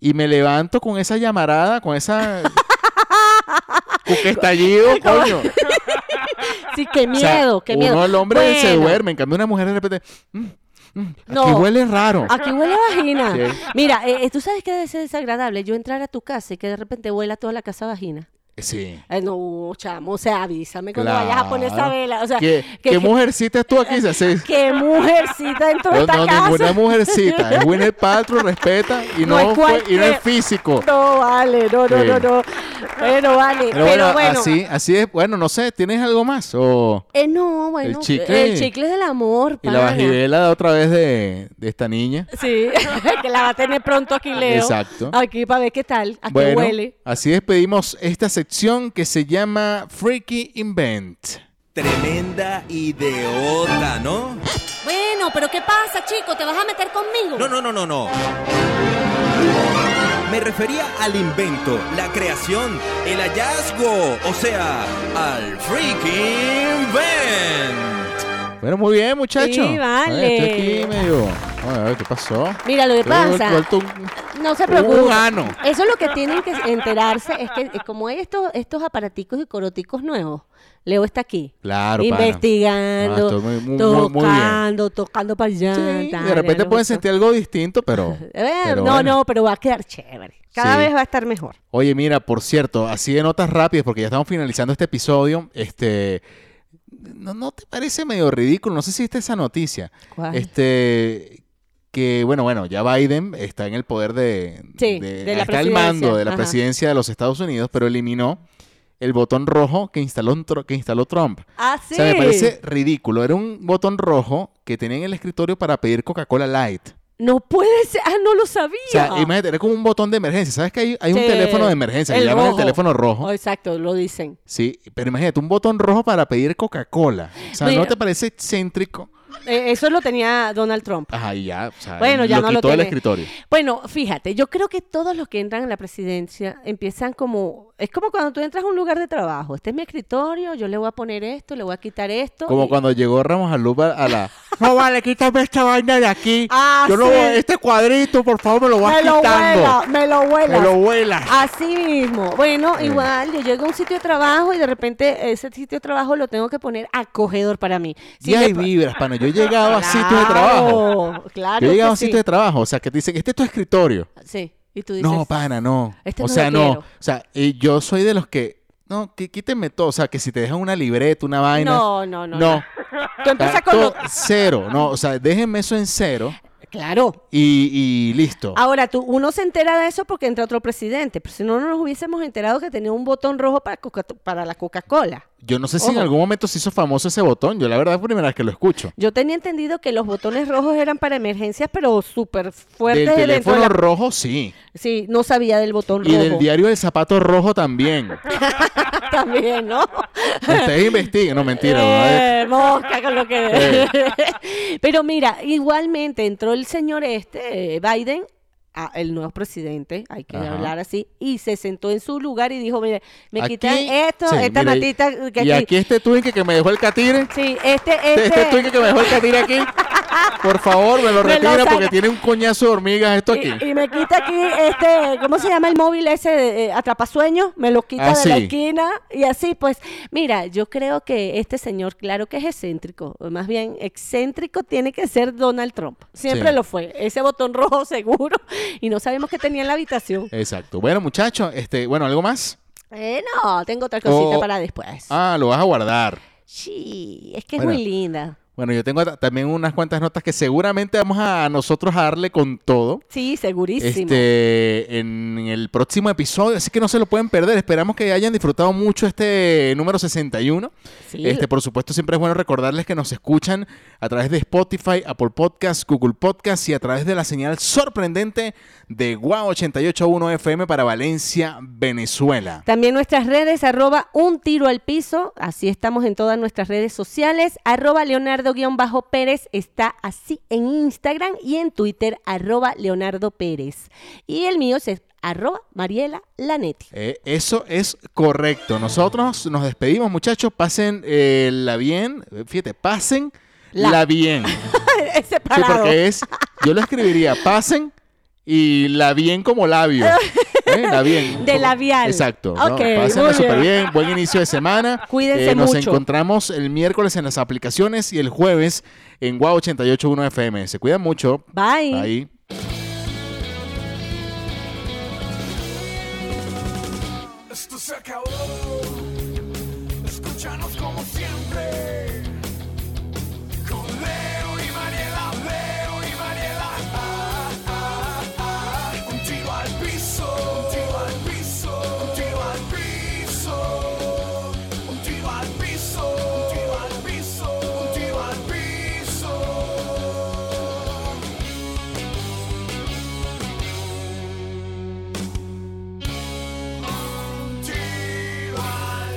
Speaker 2: Y me levanto con esa llamarada, con esa... con que estallido, coño.
Speaker 3: Sí, qué
Speaker 2: O sea,
Speaker 3: miedo, qué miedo.
Speaker 2: Uno, el hombre se
Speaker 3: Bueno,
Speaker 2: duerme. En cambio, una mujer de repente... "Mm, mm, aquí
Speaker 3: No.
Speaker 2: huele raro.
Speaker 3: Aquí huele a vagina.
Speaker 2: Sí.
Speaker 3: Mira, eh, eh, tú sabes que debe ser desagradable yo entrar a tu casa y que de repente huela toda la casa a vagina.
Speaker 2: Sí.
Speaker 3: Eh, no, chamo, o sea, avísame cuando
Speaker 2: claro.
Speaker 3: vayas a poner esa vela. O sea,
Speaker 2: ¿Qué,
Speaker 3: que-
Speaker 2: qué
Speaker 3: que-
Speaker 2: mujercita tú aquí? Se hace-
Speaker 3: qué mujercita dentro de
Speaker 2: No,
Speaker 3: esta
Speaker 2: no,
Speaker 3: casa.
Speaker 2: ninguna mujercita. Es Winnet Paltrow, respeta y
Speaker 3: No
Speaker 2: no,
Speaker 3: es
Speaker 2: fue- y no
Speaker 3: cualquier-
Speaker 2: es físico.
Speaker 3: No vale, no, no,
Speaker 2: Sí.
Speaker 3: no, no. Bueno, vale,
Speaker 2: Pero bueno,
Speaker 3: bueno.
Speaker 2: así, así es. Bueno, no sé, ¿tienes algo más? O
Speaker 3: Eh, no, bueno.
Speaker 2: El chicle.
Speaker 3: El chicle del amor,
Speaker 2: y la
Speaker 3: pana.
Speaker 2: bajivela otra vez de, de esta niña.
Speaker 3: Sí, que la va a tener pronto aquí, Leo.
Speaker 2: Exacto.
Speaker 3: Aquí para ver qué tal, a
Speaker 2: bueno,
Speaker 3: qué huele.
Speaker 2: así despedimos esta sección que se llama Freaky Invent.
Speaker 1: Tremenda idiota, ¿no?
Speaker 5: Bueno, pero ¿qué pasa, chico? ¿Te vas a meter conmigo?
Speaker 1: No, no, no, no, no. Me refería al invento, la creación, el hallazgo, o sea, al freaking invent.
Speaker 2: Bueno, muy bien, muchachos.
Speaker 3: Sí, vale.
Speaker 2: Estoy aquí medio. A ver, ¿qué pasó?
Speaker 3: Mira, lo que
Speaker 2: Estoy vuel-
Speaker 3: pasa-
Speaker 2: vuelto un-
Speaker 3: No se preocupen.
Speaker 2: Un ano.
Speaker 3: Eso es lo que tienen que enterarse, es que eh, como hay estos, estos aparaticos y coroticos nuevos, Leo está aquí.
Speaker 2: Claro, pana.
Speaker 3: Investigando,
Speaker 2: No, estoy muy- muy- muy- muy bien.
Speaker 3: tocando, tocando para allá.
Speaker 2: Sí,
Speaker 3: tal,
Speaker 2: de repente
Speaker 3: no,
Speaker 2: pueden
Speaker 3: esto-
Speaker 2: sentir algo distinto, pero.
Speaker 3: Eh,
Speaker 2: pero
Speaker 3: no,
Speaker 2: bueno.
Speaker 3: no, pero va a quedar chévere. Cada
Speaker 2: Sí.
Speaker 3: vez va a estar mejor.
Speaker 2: Oye, mira, por cierto, así de notas rápidas, porque ya estamos finalizando este episodio, este... ¿No, no te parece medio ridículo? No sé si viste esa noticia.
Speaker 3: ¿Cuál?
Speaker 2: Este... Que, bueno, bueno, ya Biden está en el poder de...
Speaker 3: Sí, de la
Speaker 2: está al mando
Speaker 3: presidencia,
Speaker 2: de la
Speaker 3: ajá.
Speaker 2: presidencia de los Estados Unidos, pero eliminó el botón rojo que instaló, Tr- que instaló Trump.
Speaker 3: Ah,
Speaker 2: O sea, me parece ridículo. Era un botón rojo que tenía en el escritorio para pedir Coca-Cola Light.
Speaker 3: No puede ser. Ah, no lo sabía.
Speaker 2: O sea, imagínate, era como un botón de emergencia. ¿Sabes que hay, hay un
Speaker 3: Sí,
Speaker 2: teléfono de emergencia? Que
Speaker 3: el
Speaker 2: llaman el
Speaker 3: rojo.
Speaker 2: teléfono rojo.
Speaker 3: Oh, exacto, lo dicen.
Speaker 2: Sí, pero imagínate, un botón rojo para pedir Coca-Cola. O sea, ¿no
Speaker 3: Mira.
Speaker 2: te parece excéntrico?
Speaker 3: Eh, eso lo tenía Donald Trump.
Speaker 2: Ajá, y ya, o sea,
Speaker 3: Bueno, ya
Speaker 2: lo
Speaker 3: no lo
Speaker 2: quitó del
Speaker 3: tiene.
Speaker 2: escritorio.
Speaker 3: Bueno, fíjate, yo creo que todos los que entran a la presidencia empiezan como. Es como cuando tú entras a un lugar de trabajo. Este es mi escritorio, yo le voy a poner esto, le voy a quitar esto.
Speaker 2: Como
Speaker 3: y-
Speaker 2: cuando llegó Ramos Aluba a la... No vale, quítame esta vaina de aquí.
Speaker 3: Ah,
Speaker 2: Yo no
Speaker 3: sí.
Speaker 2: voy- este cuadrito, por favor, me lo vas
Speaker 3: Me lo Ah,
Speaker 2: quitando.
Speaker 3: huela, me lo huela.
Speaker 2: Me lo huelas.
Speaker 3: Así mismo. Bueno,
Speaker 2: Sí.
Speaker 3: igual yo llego a un sitio de trabajo y de repente ese sitio de trabajo lo tengo que poner acogedor para mí. Si
Speaker 2: y
Speaker 3: le
Speaker 2: hay
Speaker 3: po-
Speaker 2: vibras, pana. Yo he llegado a sitios de
Speaker 3: Claro,
Speaker 2: trabajo.
Speaker 3: Claro.
Speaker 2: Yo he llegado
Speaker 3: que
Speaker 2: a sitios de trabajo. O sea, que te dicen, este es tu escritorio.
Speaker 3: sí. Sí. Y tú dices.
Speaker 2: No, pana, no.
Speaker 3: Este
Speaker 2: o
Speaker 3: no lo
Speaker 2: sea, no.
Speaker 3: quiero.
Speaker 2: O sea, y yo soy de los que. No, que quítenme todo. O sea, que si te dejan una libreta, una vaina.
Speaker 3: no, no, no,
Speaker 2: No.
Speaker 3: no. Tú empiezas con
Speaker 2: Todo
Speaker 3: lo.
Speaker 2: cero. No, o sea, déjenme eso en cero
Speaker 3: Claro.
Speaker 2: y, y listo.
Speaker 3: Ahora, tú, uno se entera de eso porque entra otro presidente. Pero si no, no nos hubiésemos enterado que tenía un botón rojo para, Coca- para la Coca-Cola.
Speaker 2: Yo no sé si en
Speaker 3: Ojo.
Speaker 2: algún momento se hizo famoso ese botón. Yo la verdad es la primera vez que lo escucho.
Speaker 3: Yo tenía entendido que los botones rojos eran para emergencias, pero súper fuertes
Speaker 2: Del
Speaker 3: de dentro
Speaker 2: teléfono
Speaker 3: de la-
Speaker 2: rojo, sí.
Speaker 3: Sí, no sabía del botón
Speaker 2: Y
Speaker 3: rojo.
Speaker 2: del diario del zapato rojo también.
Speaker 3: También, ¿no?
Speaker 2: Ustedes investiguen. No, Eh. mentira. ¿verdad?
Speaker 3: Eh, mosca con lo que... Pero mira, igualmente entró el señor este, eh, Biden, a- el nuevo presidente, hay que
Speaker 2: Ajá.
Speaker 3: hablar así, y se sentó en su lugar y dijo, mire, me
Speaker 2: Aquí-
Speaker 3: quitan esto,
Speaker 2: sí,
Speaker 3: esta
Speaker 2: mira, y-
Speaker 3: natita que
Speaker 2: Y aquí
Speaker 3: aquí...
Speaker 2: este Twinkie que me dejó el catire.
Speaker 3: Sí, este,
Speaker 2: Este,
Speaker 3: este...
Speaker 2: este tuique que me dejó el catire aquí, por favor, me lo
Speaker 3: Me lo
Speaker 2: retira porque
Speaker 3: saca.
Speaker 2: tiene un coñazo de hormigas esto aquí.
Speaker 3: Y, y me quita aquí este, ¿cómo se llama el móvil ese? eh, atrapasueños, me lo quita de la
Speaker 2: Así.
Speaker 3: esquina y así, pues, mira, yo creo que este señor, claro que es excéntrico, o más bien excéntrico tiene que ser Donald Trump, siempre
Speaker 2: Sí.
Speaker 3: lo fue, ese botón rojo seguro, y no sabemos qué tenía en la habitación.
Speaker 2: Exacto. Bueno, muchachos, este, bueno, ¿algo más?
Speaker 3: Eh, no, tengo otra cosita
Speaker 2: Oh.
Speaker 3: para después.
Speaker 2: Ah, lo vas a guardar.
Speaker 3: Sí, es que es
Speaker 2: Bueno.
Speaker 3: muy linda.
Speaker 2: Bueno, yo tengo ta- también unas cuantas notas que seguramente vamos a nosotros a darle con todo.
Speaker 3: Sí, segurísimo.
Speaker 2: Este, en el próximo episodio, así que no se lo pueden perder. Esperamos que hayan disfrutado mucho este número 61.
Speaker 3: Sí.
Speaker 2: Este, por supuesto, siempre es bueno recordarles que nos escuchan a través de Spotify, Apple Podcasts, Google Podcasts y a través de la señal sorprendente de Guau 881 FM para Valencia, Venezuela.
Speaker 3: También nuestras redes, arroba un tiro al piso, así estamos en todas nuestras redes sociales, arroba leonardo-pérez está así en Instagram y en Twitter, arroba leonardo pérez. Y el mío es arroba mariela lanetti.
Speaker 2: Eh, eso es correcto. Nosotros nos despedimos, muchachos. Pasen eh, la bien. Fíjate, pasen
Speaker 3: La.
Speaker 2: la, bien. Sí,
Speaker 3: Es separado.
Speaker 2: porque es. Yo lo escribiría, pasen y la bien como labio. ¿Eh? La bien.
Speaker 3: De
Speaker 2: Como-
Speaker 3: labial.
Speaker 2: Exacto. ¿no?
Speaker 3: Ok,
Speaker 2: Pásenla
Speaker 3: muy
Speaker 2: súper
Speaker 3: bien.
Speaker 2: bien. Buen inicio de semana. Eh,
Speaker 3: Cuídense
Speaker 2: nos
Speaker 3: mucho.
Speaker 2: encontramos el miércoles en las aplicaciones y el jueves en Guau 881 FM. Se cuidan mucho.
Speaker 3: Bye.
Speaker 2: Bye.
Speaker 6: Esto se acabó. Escúchanos como siempre. Con Leo y Mariela, Leo y Mariela. Ah, ah, ah. Un tiro al piso, un tiro al piso, un tiro al piso. Un tiro al piso, un tiro al piso, un tiro al piso. Un tiro al